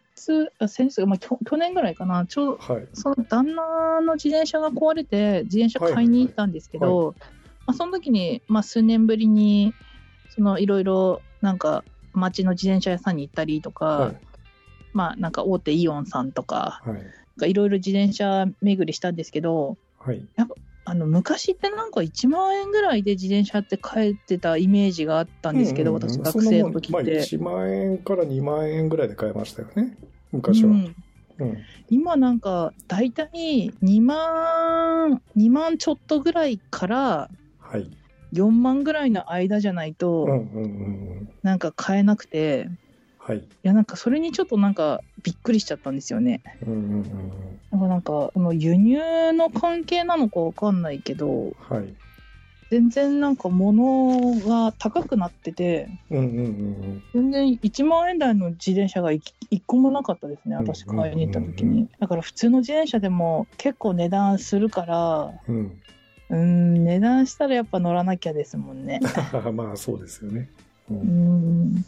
Speaker 2: あ先日、まあ、きょ去年ぐらいかな、ちょうど
Speaker 1: はい
Speaker 2: その旦那の自転車が壊れて自転車買いに行ったんですけ
Speaker 1: はいは
Speaker 2: ど、まあ、その時に、まあ、数年ぶりにそのいろいろなんか町の自転車屋さんに行ったりとか、
Speaker 1: はい
Speaker 2: まあなんか大手イオンさんとか
Speaker 1: はい
Speaker 2: なんかいろいろ自転車巡りしたんですけど
Speaker 1: はい
Speaker 2: あの昔ってなんか1万円ぐらいで自転車って帰ってたイメージがあったんですけど、
Speaker 1: うんうんうん
Speaker 2: 私学生の時
Speaker 1: そ
Speaker 2: っ
Speaker 1: んなもん
Speaker 2: て
Speaker 1: まあ、。1万円から2万円ぐらいで買えましたよね昔は、
Speaker 2: う
Speaker 1: うん
Speaker 2: ん今なんか大体2万2万ちょっとぐらいから
Speaker 1: はい
Speaker 2: 4万ぐらいの間じゃないうと、
Speaker 1: んうんうんうん
Speaker 2: なんか買えなくて
Speaker 1: はい
Speaker 2: いやなんかそれにちょっとなんかびっくりしちゃったんですよね
Speaker 1: うんうんうん
Speaker 2: なんかなんかこの輸入の関係なのかわかんないけど
Speaker 1: はい
Speaker 2: 全然なんか物が高くなってて
Speaker 1: うんうんうん
Speaker 2: 全然1万円台の自転車が1個もなかったですね私
Speaker 1: うんうんうんうん
Speaker 2: 買いに行った時にだから普通の自転車でも結構値段するから
Speaker 1: うん
Speaker 2: うん値段したらやっぱ乗らなきゃですもんね
Speaker 1: まあそうですよね、う
Speaker 2: うんん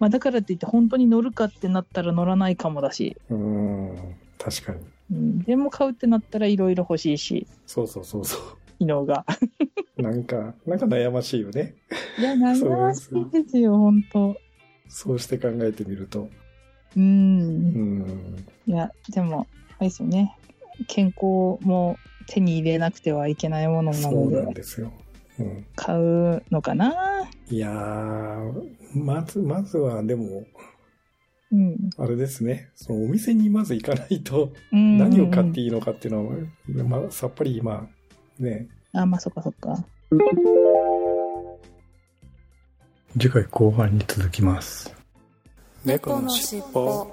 Speaker 2: まあだからって言って本当に乗るかってなったら乗らないかもだし
Speaker 1: うん、確かに
Speaker 2: うんでも買うってなったらいろいろ欲しいし
Speaker 1: そうそうそうそ
Speaker 2: 機能が
Speaker 1: うなんかなんか悩ましいよね
Speaker 2: いや悩ましいですよ本当
Speaker 1: そうして考えてみると
Speaker 2: う
Speaker 1: うんん
Speaker 2: いやでもあれですよね健康も手に入れなくてはいけないものな
Speaker 1: そ
Speaker 2: の
Speaker 1: うなん
Speaker 2: で
Speaker 1: ですよ、うん、
Speaker 2: 買うのかない
Speaker 1: やーまずまずはでも
Speaker 2: うん
Speaker 1: あれですねそのお店にまず行かないと
Speaker 2: うん
Speaker 1: 何を買っていいのかっていうのは、まあ、さっぱり今、ね。
Speaker 2: あまあそっかそっか
Speaker 4: 次回後半に続きます。
Speaker 3: 猫のしっぽ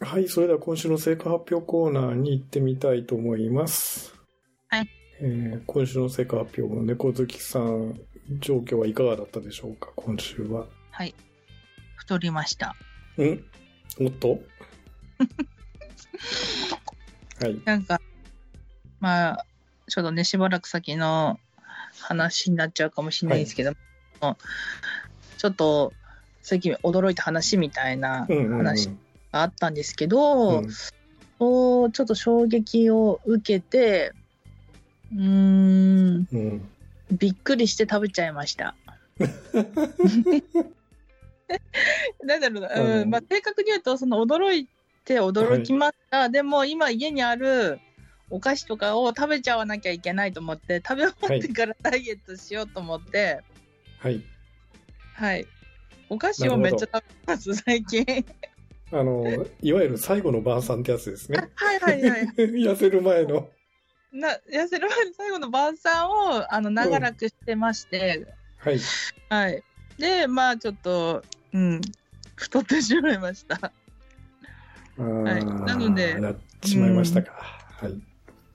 Speaker 1: はい、それでは今週の成果発表コーナーに行ってみたいと思います。
Speaker 6: はい。
Speaker 1: えー今週の成果発表、猫好きさん、状況はいかがだったでしょうか、今週は。
Speaker 6: はい。太りました。
Speaker 1: んおっ とはい。
Speaker 6: なんか、まあ、ちょうどね、しばらく先の話になっちゃうかもしれないですけど、ちょっと、最近驚いた話みたいな
Speaker 1: うんうんうん、
Speaker 6: 話があったんですけど、
Speaker 1: うん
Speaker 6: そうちょっと衝撃を受けて、うーん、
Speaker 1: うん。
Speaker 6: びっくりして食べちゃいました。なんだろうな、
Speaker 1: あ
Speaker 6: う
Speaker 1: の
Speaker 6: んまあ、正確に言うとその驚いて驚きました、でも今家にあるお菓子とかを食べちゃわなきゃいけないと思って食べ終わってからダイエットしようと思って
Speaker 1: はい。
Speaker 6: はい、お菓子をめっちゃ食べます最近。
Speaker 1: あの、いわゆる最後の晩餐ってやつですね
Speaker 6: はいはいはい
Speaker 1: 痩せる前の。
Speaker 6: な痩せる前の最後の晩餐をあの長らくしてまして、
Speaker 1: はい。
Speaker 6: はい。で、まあちょっと、うん、太ってしまいました。
Speaker 1: あー
Speaker 6: なので
Speaker 1: なっちまいましたか。はい。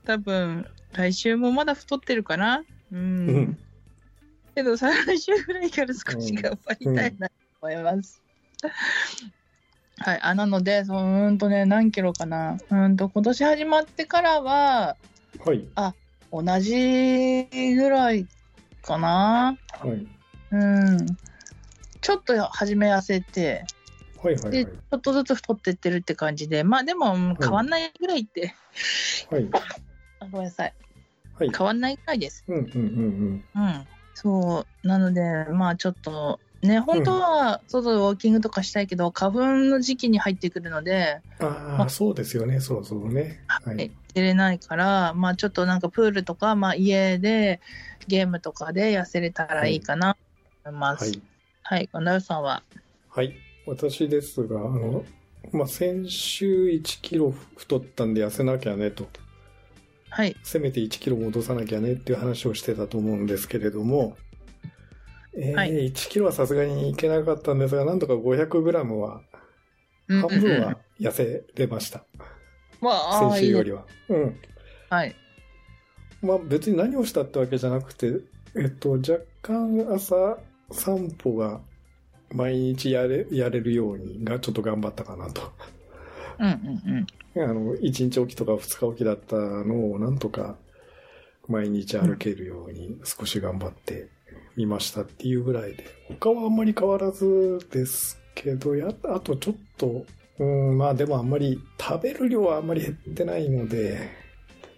Speaker 6: 多分、来週もまだ太ってるかな。う
Speaker 1: うんん。。
Speaker 6: けど、再来週ぐらいから少し頑張りたいなと思います。はい。あ、なので、そううーんとね、何キロかな。うーんと、今年始まってからは、
Speaker 1: はい。
Speaker 6: 同じぐらいかな。
Speaker 1: はい。
Speaker 6: うん。ちょっと始め痩せて、
Speaker 1: はいはいはい
Speaker 6: でち。ょっとずつ太ってってるって感じでまあでもうん変わんないぐらいって、
Speaker 1: はい。
Speaker 6: あごめんなさい
Speaker 1: はい。
Speaker 6: 変わんないぐらいです
Speaker 1: うんうんうん
Speaker 6: うんそうなのでまあちょっとね本当は外でウォーキングとかしたいけど、花粉の時期に入ってくるので、
Speaker 1: うん。ああ、そうですよね。そろそろね。は
Speaker 6: はい
Speaker 1: い。
Speaker 6: 出れないからまあちょっとなんかプールとか、まあ、家でゲームとかで痩せれたらいいかなと思いますは
Speaker 1: は
Speaker 6: い
Speaker 1: い。
Speaker 6: はい権田さんは
Speaker 1: はい。私ですが、あの、まあ、先週1キロ太ったんで痩せなきゃねと
Speaker 6: はい。
Speaker 1: せめて1キロ戻さなきゃねっていう話をしてたと思うんですけれども、えー
Speaker 6: はい
Speaker 1: 1キロはさすがにいけなかったんですが、なんとか500グラムは、
Speaker 6: うん
Speaker 1: 半
Speaker 6: うんう
Speaker 1: 分
Speaker 6: ん
Speaker 1: は痩せれました。
Speaker 6: まあ、ああ
Speaker 1: 先週よ
Speaker 6: いいね
Speaker 1: りは。うん。
Speaker 6: はい。
Speaker 1: まあ別に何をしたってわけじゃなくて、えっと、若干朝散歩が毎日やれやれるようにがちょっと頑張ったかなと。
Speaker 2: うんうんうん。
Speaker 1: あの、1日おきとか2日おきだったのをなんとか毎日歩けるように少し頑張ってみましたっていうぐらいで、他はあんまり変わらずですけど、や、あとちょっと、うん、まあでもあんまり食べる量はあんまり減ってないので、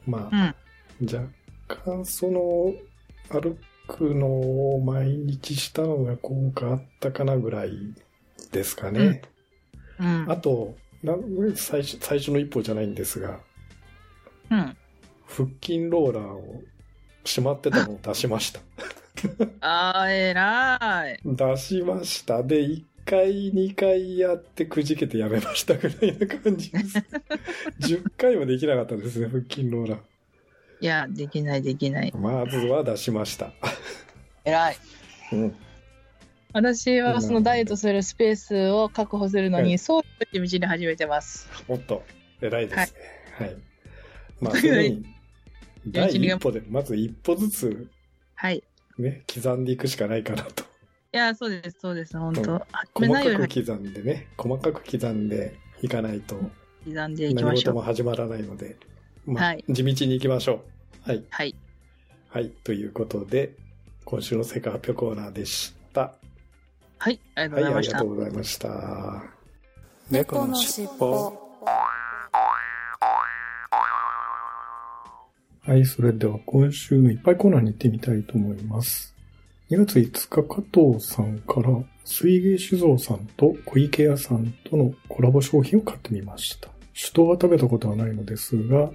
Speaker 1: まあ、若干その歩くのを毎日したのが効果あったかなぐらいですかね。
Speaker 2: うんうん。
Speaker 1: あと、な最初最初の一歩じゃないんですが、
Speaker 2: うん。
Speaker 1: 腹筋ローラーをしまってたのを出しました。
Speaker 6: ああ、えらい。
Speaker 1: 出しました。で、1回、2回やってくじけてやめましたぐらいな感じです。10回はできなかったですね、腹筋ローラ
Speaker 6: いや、できない、できない。
Speaker 1: ー。まずは出しました。
Speaker 2: 偉い。
Speaker 1: うん、
Speaker 2: 私はそのダイエットするスペースを確保するの
Speaker 1: は
Speaker 2: に、
Speaker 1: い
Speaker 2: そうって道に始めてます。
Speaker 1: おっと、偉いですね。はい。まあ、すでに、第一歩で、まず一歩ずつ、
Speaker 6: はい。い
Speaker 1: ね、刻んでいくしかないかなと。
Speaker 6: や、そうです、そうです、本
Speaker 1: う
Speaker 6: 当。始
Speaker 1: 細
Speaker 6: め
Speaker 1: か
Speaker 6: ないよ
Speaker 1: く
Speaker 6: り
Speaker 1: 刻んでね、細かく刻んでいかないと、
Speaker 6: 刻んでいきま
Speaker 1: 何
Speaker 6: し
Speaker 1: 事
Speaker 6: ょう。
Speaker 1: も始まらないので、まあ
Speaker 6: はい
Speaker 1: 地道に行きましょう。はい。
Speaker 6: はい。
Speaker 1: はい。ということで、今週の成果発表コーナーでした。
Speaker 6: はい、ありがとうござい
Speaker 1: はい、あ
Speaker 6: ま
Speaker 1: り
Speaker 6: し
Speaker 1: が
Speaker 6: た
Speaker 1: と。うございました。
Speaker 3: 猫のしっぽ
Speaker 1: はい、それでは今週のいっぱいコーナーに行ってみたいと思います。2月5日、加藤さんから、水芸酒造さんと小池屋さんとのコラボ商品を買ってみました。酒盗は食べたことはないのですが、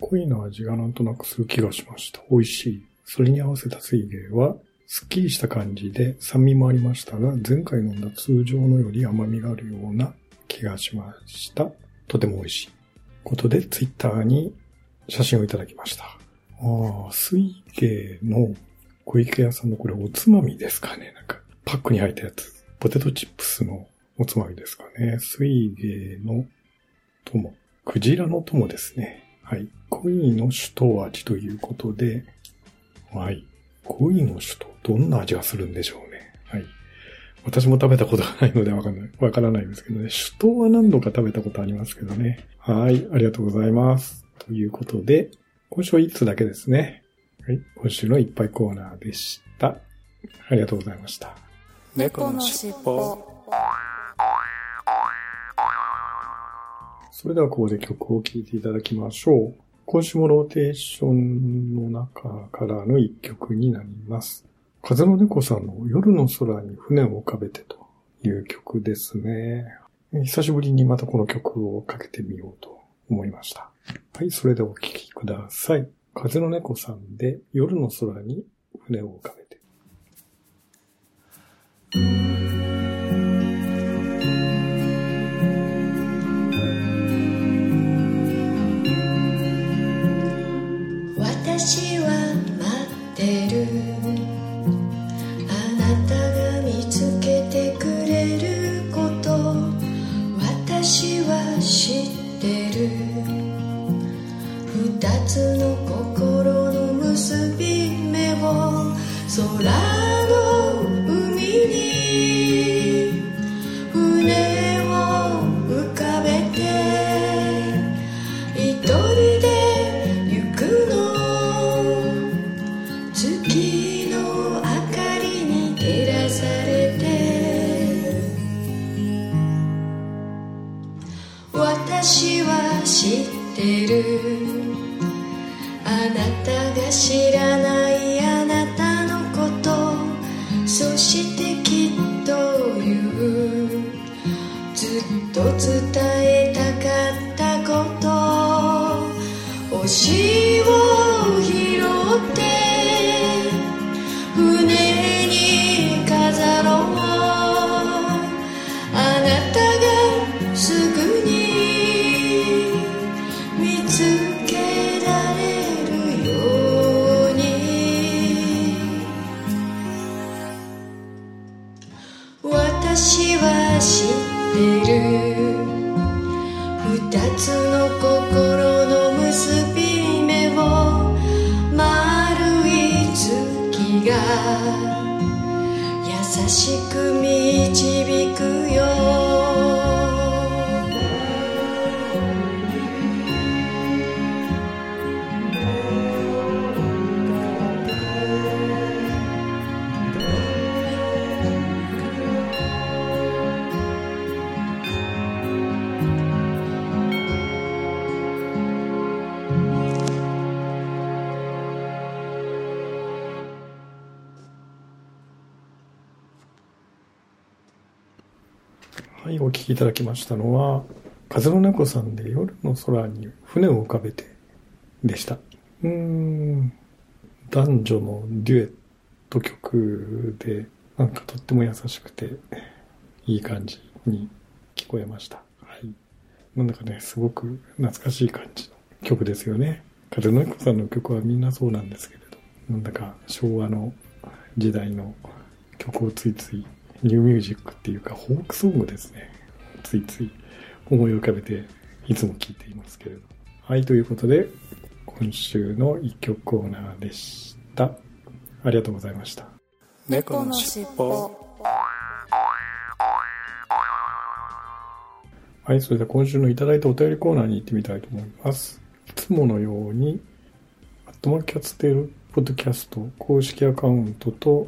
Speaker 1: 濃いの味がなんとなくする気がしました。美味しい。それに合わせた水芸は、すっきりした感じで酸味もありましたが、前回飲んだ通常のより甘みがあるような気がしました。とても美味しい。ことで、ツイッターに写真をいただきました。ああ、水芸の小池屋さんのこれおつまみですかね。なんか、パックに入ったやつ。ポテトチップスのおつまみですかね。水芸の友。クジラの友ですね。はい。恋の首都味ということで、はい。恋の首都、どんな味がするんでしょうね。はい。私も食べたことがないのでわかんない、わからないですけどね。首都は何度か食べたことありますけどね。はい。ありがとうございます。ということで、今週は1つだけですね。はい。今週のいっぱいコーナーでした。ありがとうございました。
Speaker 3: 猫のしっぽ
Speaker 1: それではここで曲を聴いていただきましょう。今週もローテーションの中からの一曲になります。風の猫さんの夜の空に船を浮かべてという曲ですね。久しぶりにまたこの曲をかけてみようと思いました。はい、それではお聴きください。風の猫さんで夜の空に船を浮かべて。
Speaker 7: 私は待ってるあなたが見つけてくれること私は知ってる二つの心の結び目を空の海に船を浮かべて「一人で行くの」「月の明かりに照らされて」「私は知ってる」「あなたが知らないあなたのこと」「そしてきっと言う」ずっと伝えたかったこと星を拾って船に飾ろうあなたがすぐに見つけられる私は知ってる二つの心の結び目を丸い月が優しく導くよ
Speaker 1: はい、お聞きいただきましたのは、風の猫さんで夜の空に船を浮かべてでした。うーん、男女のデュエット曲で、なんかとっても優しくて、いい感じに聞こえました。はい。なんだかね、すごく懐かしい感じの曲ですよね。風の猫さんの曲はみんなそうなんですけれど、なんだか昭和の時代の曲をついついニューミュージックっていうかフォークソングですねついつい思い浮かべていつも聴いていますけれどはいということで今週の一曲コーナーでしたありがとうございました
Speaker 3: 猫のしっぽ
Speaker 1: はいそれでは今週のいただいたお便りコーナーに行ってみたいと思いますいつものようにアットマーキャッツテールポッドキャスト公式アカウントと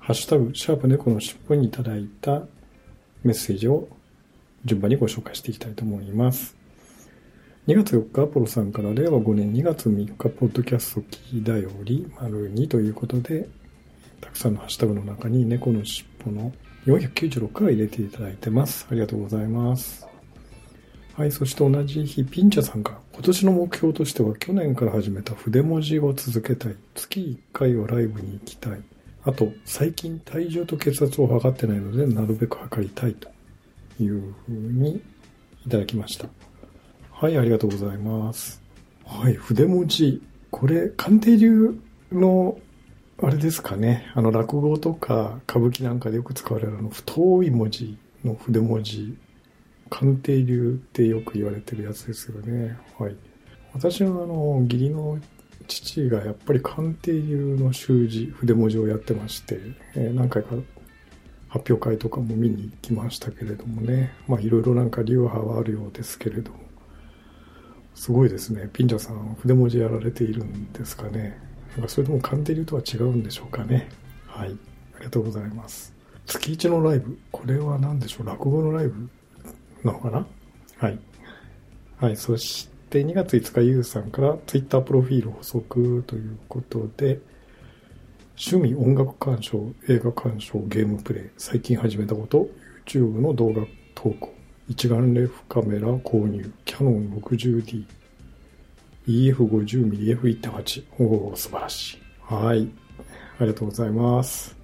Speaker 1: ハッシュタグ、シャープ猫のしっぽにいただいたメッセージを順番にご紹介していきたいと思います。2月4日、アポロさんから令和5年2月3日、ポッドキャスト聞いたより丸2ということで、たくさんのハッシュタグの中に猫のしっぽの496から入れていただいてます。ありがとうございます。はい、そして同じ日、ピンチャさんから、今年の目標としては去年から始めた筆文字を続けたい。月1回はライブに行きたい。あと、最近体重と血圧を測ってないので、なるべく測りたいというふうにいただきました。はい、ありがとうございます。はい、筆文字。これ、鑑定流の、あれですかね。あの、落語とか歌舞伎なんかでよく使われるあの、太い文字の筆文字。鑑定流ってよく言われてるやつですよね。はい。私のあの、義理の父がやっぱり鑑定流の習字筆文字をやってまして、えー何回か発表会とかも見に行きましたけれどもねまあいろいろなんか流派はあるようですけれどもすごいですねピンジャさん筆文字やられているんですかねなんかそれとも鑑定流とは違うんでしょうかねはいありがとうございます月一のライブこれは何でしょう落語のライブなのかなはいはい、そして2月5日、ゆうさんからツイッタープロフィール補足ということで、趣味音楽鑑賞、映画鑑賞、ゲームプレイ、最近始めたこと、YouTube の動画投稿、一眼レフカメラ購入、キャノン 60D、EF50mmF1.8。おお、素晴らしい。はい。ありがとうございます。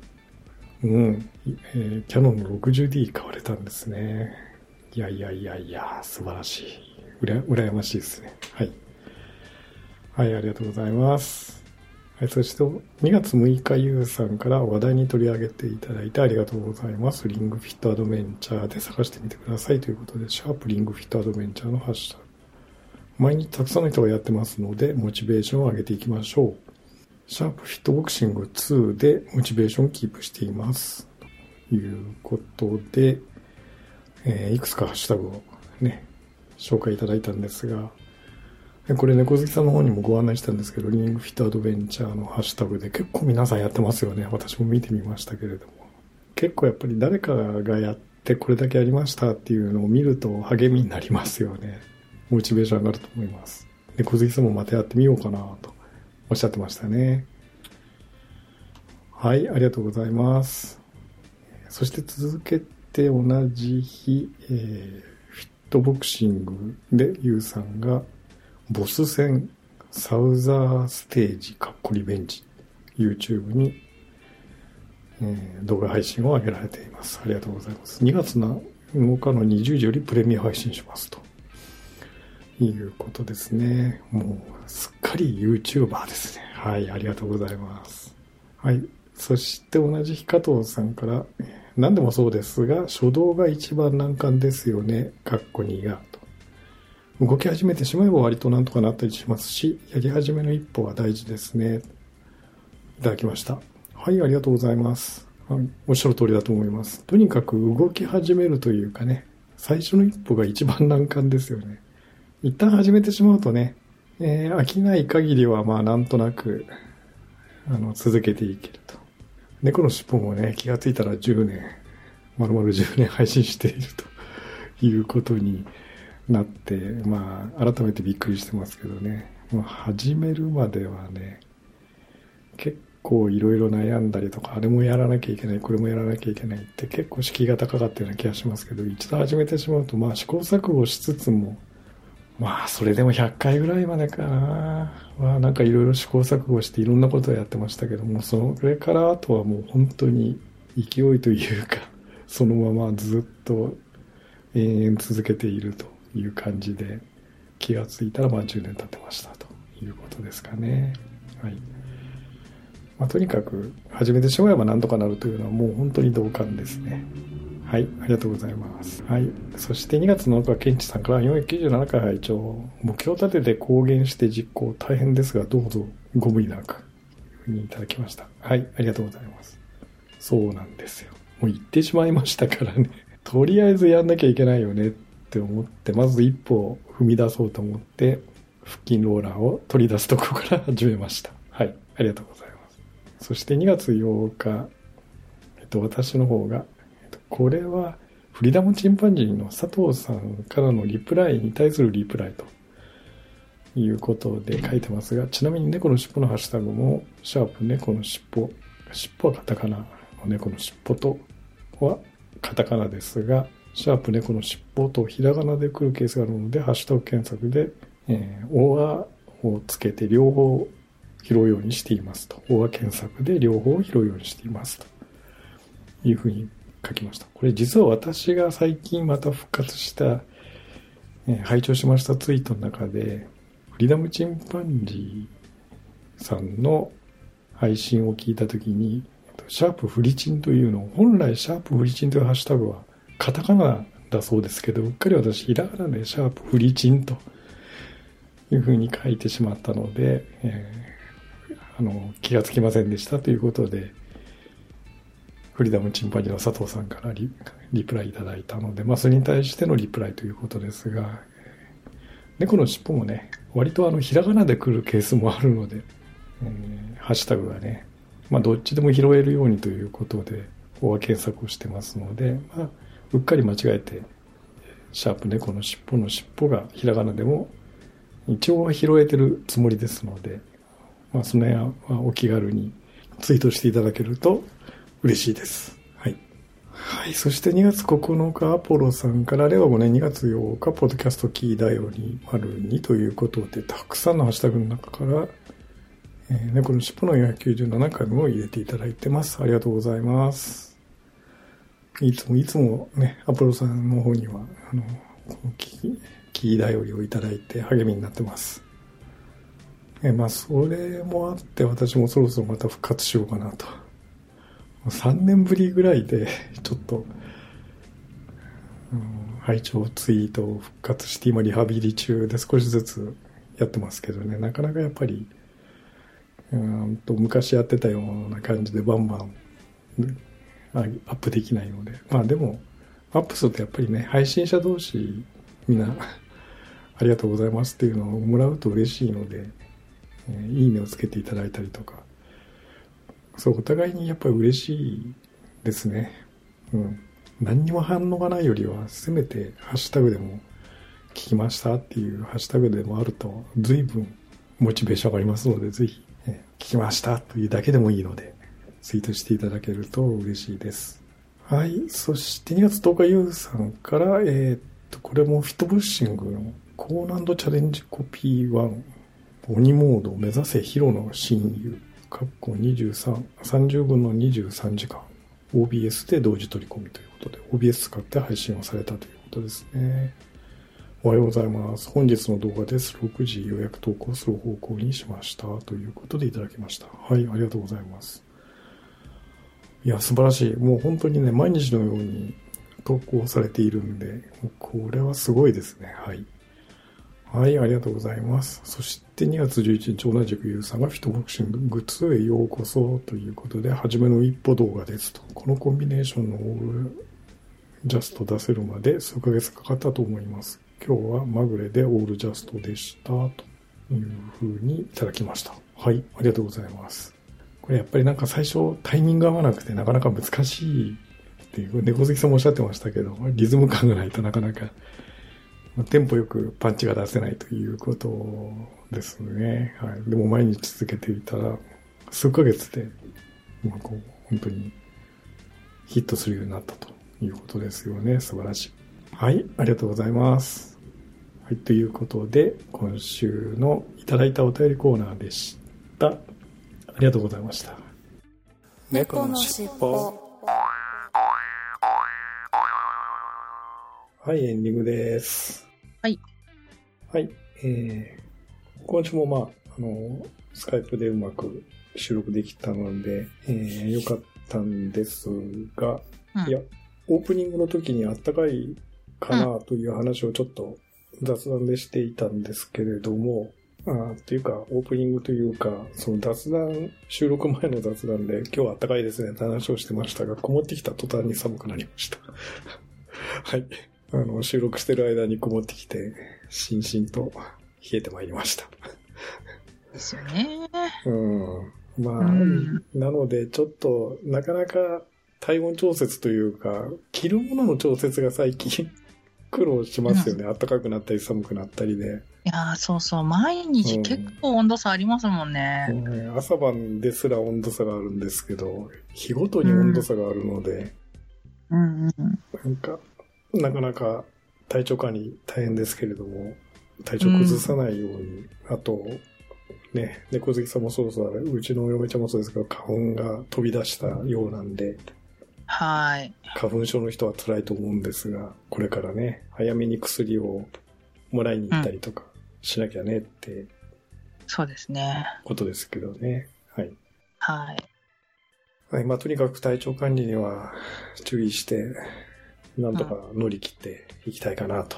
Speaker 1: うん。いえーキャノンの 60D 買われたんですね。いやいやいやいや、素晴らしい。うら、羨ましいですね。はい。はい、ありがとうございます。はい、そして2月6日、ゆうさんから話題に取り上げていただいてありがとうございます。リングフィットアドベンチャーで探してみてくださいということで、シャープリングフィットアドベンチャーのハッシュタグ。毎日たくさんの人がやってますので、モチベーションを上げていきましょう。シャープフィットボクシング2でモチベーションキープしています。ということで、えーいくつかハッシュタグをね、紹介いただいたんですが、えこれ猫好きさんの方にもご案内したんですけど、リングフィットアドベンチャーのハッシュタグで結構皆さんやってますよね。私も見てみましたけれども。結構やっぱり誰かがやってこれだけやりましたっていうのを見ると励みになりますよね。モチベーション上がると思います。猫好きさんもまたやってみようかなとおっしゃってましたね。はい、ありがとうございます。そして続けて同じ日、えーフィットボクシングでユウさんが、ボス戦サウザーステージかっこリベンジ YouTube に、えー動画配信を上げられています。ありがとうございます。2月7日の20時よりプレミア配信しますと。いうことですね。もう、すっかり YouTuber ですね。はい、ありがとうございます。はい。そして同じ日加藤さんから、えー何でもそうですが、初動が一番難関ですよね。かっこ2が。と動き始めてしまえば割となんとかなったりしますし、やり始めの一歩は大事ですね。いただきました。はい、ありがとうございます。はいおっしゃる通りだと思います。とにかく動き始めるというかね、最初の一歩が一番難関ですよね。一旦始めてしまうとね、えー飽きない限りはまあなんとなく、あの、続けていけると。猫の尻尾もね、気がついたら10年、丸々10年配信しているということになって、まあ、改めてびっくりしてますけどね。まあ始めるまではね、結構いろいろ悩んだりとか、あれもやらなきゃいけない、これもやらなきゃいけないって結構敷居が高かったような気がしますけど、一度始めてしまうと、まあ試行錯誤しつつも、まあそれでも100回ぐらいまでかな。まあなんかいろいろ試行錯誤していろんなことをやってましたけども、それからあとはもう本当に勢いというか、 そのままずっと延々続けているという感じで、気がついたらまあ10年経ってましたということですかね。はい。まあ、とにかく始めてしまえば何とかなるというのはもう本当に同感ですね。はい、ありがとうございます。はい、そして2月7日、ケンチさんから497回拝聴目標立てて公言して実行大変ですが、どうぞご無理なく、というふうにいただきました。はい、ありがとうございます。そうなんですよ。もう行ってしまいましたからね。 とりあえずやんなきゃいけないよねって思って、まず一歩を踏み出そうと思って、腹筋ローラーを取り出すとこから始めました。はい、ありがとうございます。そして2月8日、えっと、私の方が、えっと、これはフリーダムチンパンジーの佐藤さんからのリプライに対するリプライということで書いてますが、ちなみに猫の尻尾のハッシュタグも、シャープ猫の尻尾、尻尾はカタカナの猫の尻尾とはカタカナですが、シャープ猫の尻尾とひらがなで来るケースがあるので、ハッシュタグ検索で、えー、オアをつけて両方拾うようにしていますと。オア検索で両方拾うようにしていますと。いうふうに書きました。これ実は私が最近また復活した、えー拝聴しましたツイートの中で、フリーダムチンパンジーさんの配信を聞いたときに、シャープフリチンというのを、本来シャープフリチンというハッシュタグはカタカナだそうですけど、うっかり私、ひらがなでシャープフリチンというふうに書いてしまったので、えーあの気がつきませんでしたということで、フリーダムチンパンジーの佐藤さんからリリプライいただいたので、まあ、それに対してのリプライということですが、猫の尻尾もね、割とあの、ひらがなで来るケースもあるので、えーハッシュタグがね、まあ、どっちでも拾えるようにということで、ここは検索をしてますので、まあ、うっかり間違えて、シャープ猫の尻尾の尻尾がひらがなでも、一応は拾えてるつもりですので、まあ、その辺はお気軽にツイートしていただけると嬉しいです。はい。はい。そして2月9日、アポロさんから、令和5年2月8日、ポッドキャストキーだより02ということで、たくさんのハッシュタグの中から、えー猫の尻尾の497回も入れていただいてます。ありがとうございます。いつもいつもね、アポロさんの方には、あの、このキキーだよりをいただいて励みになってます。えーまあ、それもあって、私もそろそろまた復活しようかなと。3年ぶりぐらいで、ちょっと、うん、拝聴ツイートを復活して、今リハビリ中で少しずつやってますけどね、なかなかやっぱり、うーんと昔やってたような感じでバンバンうんあアップできないので、まあでも、アップするとやっぱりね、配信者同士、みんな、 ありがとうございますっていうのをもらうと嬉しいので、えーいいねをつけていただいたりとか、そう、お互いにやっぱり嬉しいですね。うん。何にも反応がないよりは、せめてハッシュタグでも、聞きましたっていうハッシュタグでもあると、随分モチベーション上がりますので、ぜひ、えー聞きましたというだけでもいいので、ツイートしていただけると嬉しいです。はい。そして2月10日、ゆうさんから、えーっと、これもフィットブッシングの高難度チャレンジコピー1、鬼モードを目指せヒロの親友、かっこ23、30分の23時間、OBS で同時取り込みということで、OBS 使って配信をされたということですね。おはようございます。本日の動画です。6時予約投稿する方向にしました。ということでいただきました。はい、ありがとうございます。いや、素晴らしい。もう本当にね、毎日のように投稿されているんで、もうこれはすごいですね。はい。はい、ありがとうございます。そして2月11日、同じくゆうさんがフィットボクシンググッズへようこそということで、初めの一歩動画ですと。このコンビネーションのオールジャスト出せるまで数ヶ月かかったと思います。今日はまぐれでオールジャストでしたというふうにいただきました。はい、ありがとうございます。これやっぱりなんか最初タイミング合わなくてなかなか難しいっていう、猫好きさんもおっしゃってましたけど、リズム感がないとなかなか、まあテンポよくパンチが出せないということですね。はい。でも毎日続けていたら、数ヶ月で、まあこう、本当にヒットするようになったということですよね。素晴らしい。はい、ありがとうございます。はい、ということで、今週のいただいたお便りコーナーでした。ありがとうございました。
Speaker 3: 猫のしっぽ
Speaker 1: はい、エンディングです。
Speaker 6: はい。
Speaker 1: はい、えー、今週もまあ、あの、スカイプでうまく収録できたので、えー、よかったんですが、
Speaker 6: うん
Speaker 1: いや、オープニングの時にあったかいかなという話をちょっと雑談でしていたんですけれども、あーっていうか、オープニングというか、その雑談、収録前の雑談で、今日は暖かいですねって話をしてましたが、こもってきた途端に寒くなりました。 はい。あの、収録してる間にこもってきて、しんしんと冷えてまいりました。
Speaker 2: ですよね。
Speaker 1: うん。まあ、
Speaker 6: うん
Speaker 1: なので、ちょっと、なかなか体温調節というか、着るものの調節が最近 苦労しますよね。暖かくなったり寒くなったりで。
Speaker 2: いやーそうそう毎日結構温度差ありますもんね。
Speaker 1: うん朝晩ですら温度差があるんですけど、日ごとに温度差があるので、
Speaker 6: うんうん。
Speaker 1: なんか、なかなか体調管理大変ですけれども、体調崩さないように、あと、ね、猫好きさんもそうそうだ、うちのお嫁ちゃんもそうですけど、花粉が飛び出したようなんで、
Speaker 2: はい。
Speaker 1: 花粉症の人は辛いと思うんですが、これからね、早めに薬をもらいに行ったりとかしなきゃねって
Speaker 2: そうですね。
Speaker 1: ことですけどね。はい。
Speaker 2: はい。
Speaker 1: はい、まあ、とにかく体調管理には注意して、なんとか乗り切っていきたいかなと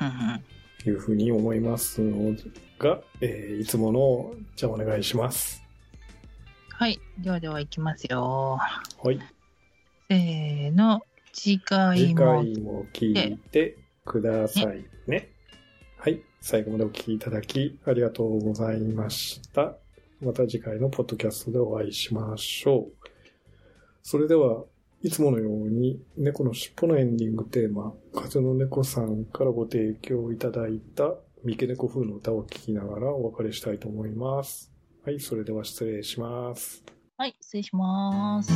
Speaker 2: うんうん。
Speaker 1: いうふうに思いますのが、えーいつもの、じゃあお願いします。
Speaker 2: はい。ではでは行きますよ。
Speaker 1: はい。
Speaker 2: せーの。次回
Speaker 1: 次
Speaker 2: も。
Speaker 1: 回も聞いてくださいね。はい。最後までお聞きいただきありがとうございました。また次回のポッドキャストでお会いしましょう。それでは、いつものように猫の尻尾のエンディングテーマ、風の猫さんからご提供いただいた三毛猫風の歌を聴きながらお別れしたいと思います。はい、それでは失礼します。
Speaker 2: はい。失礼します。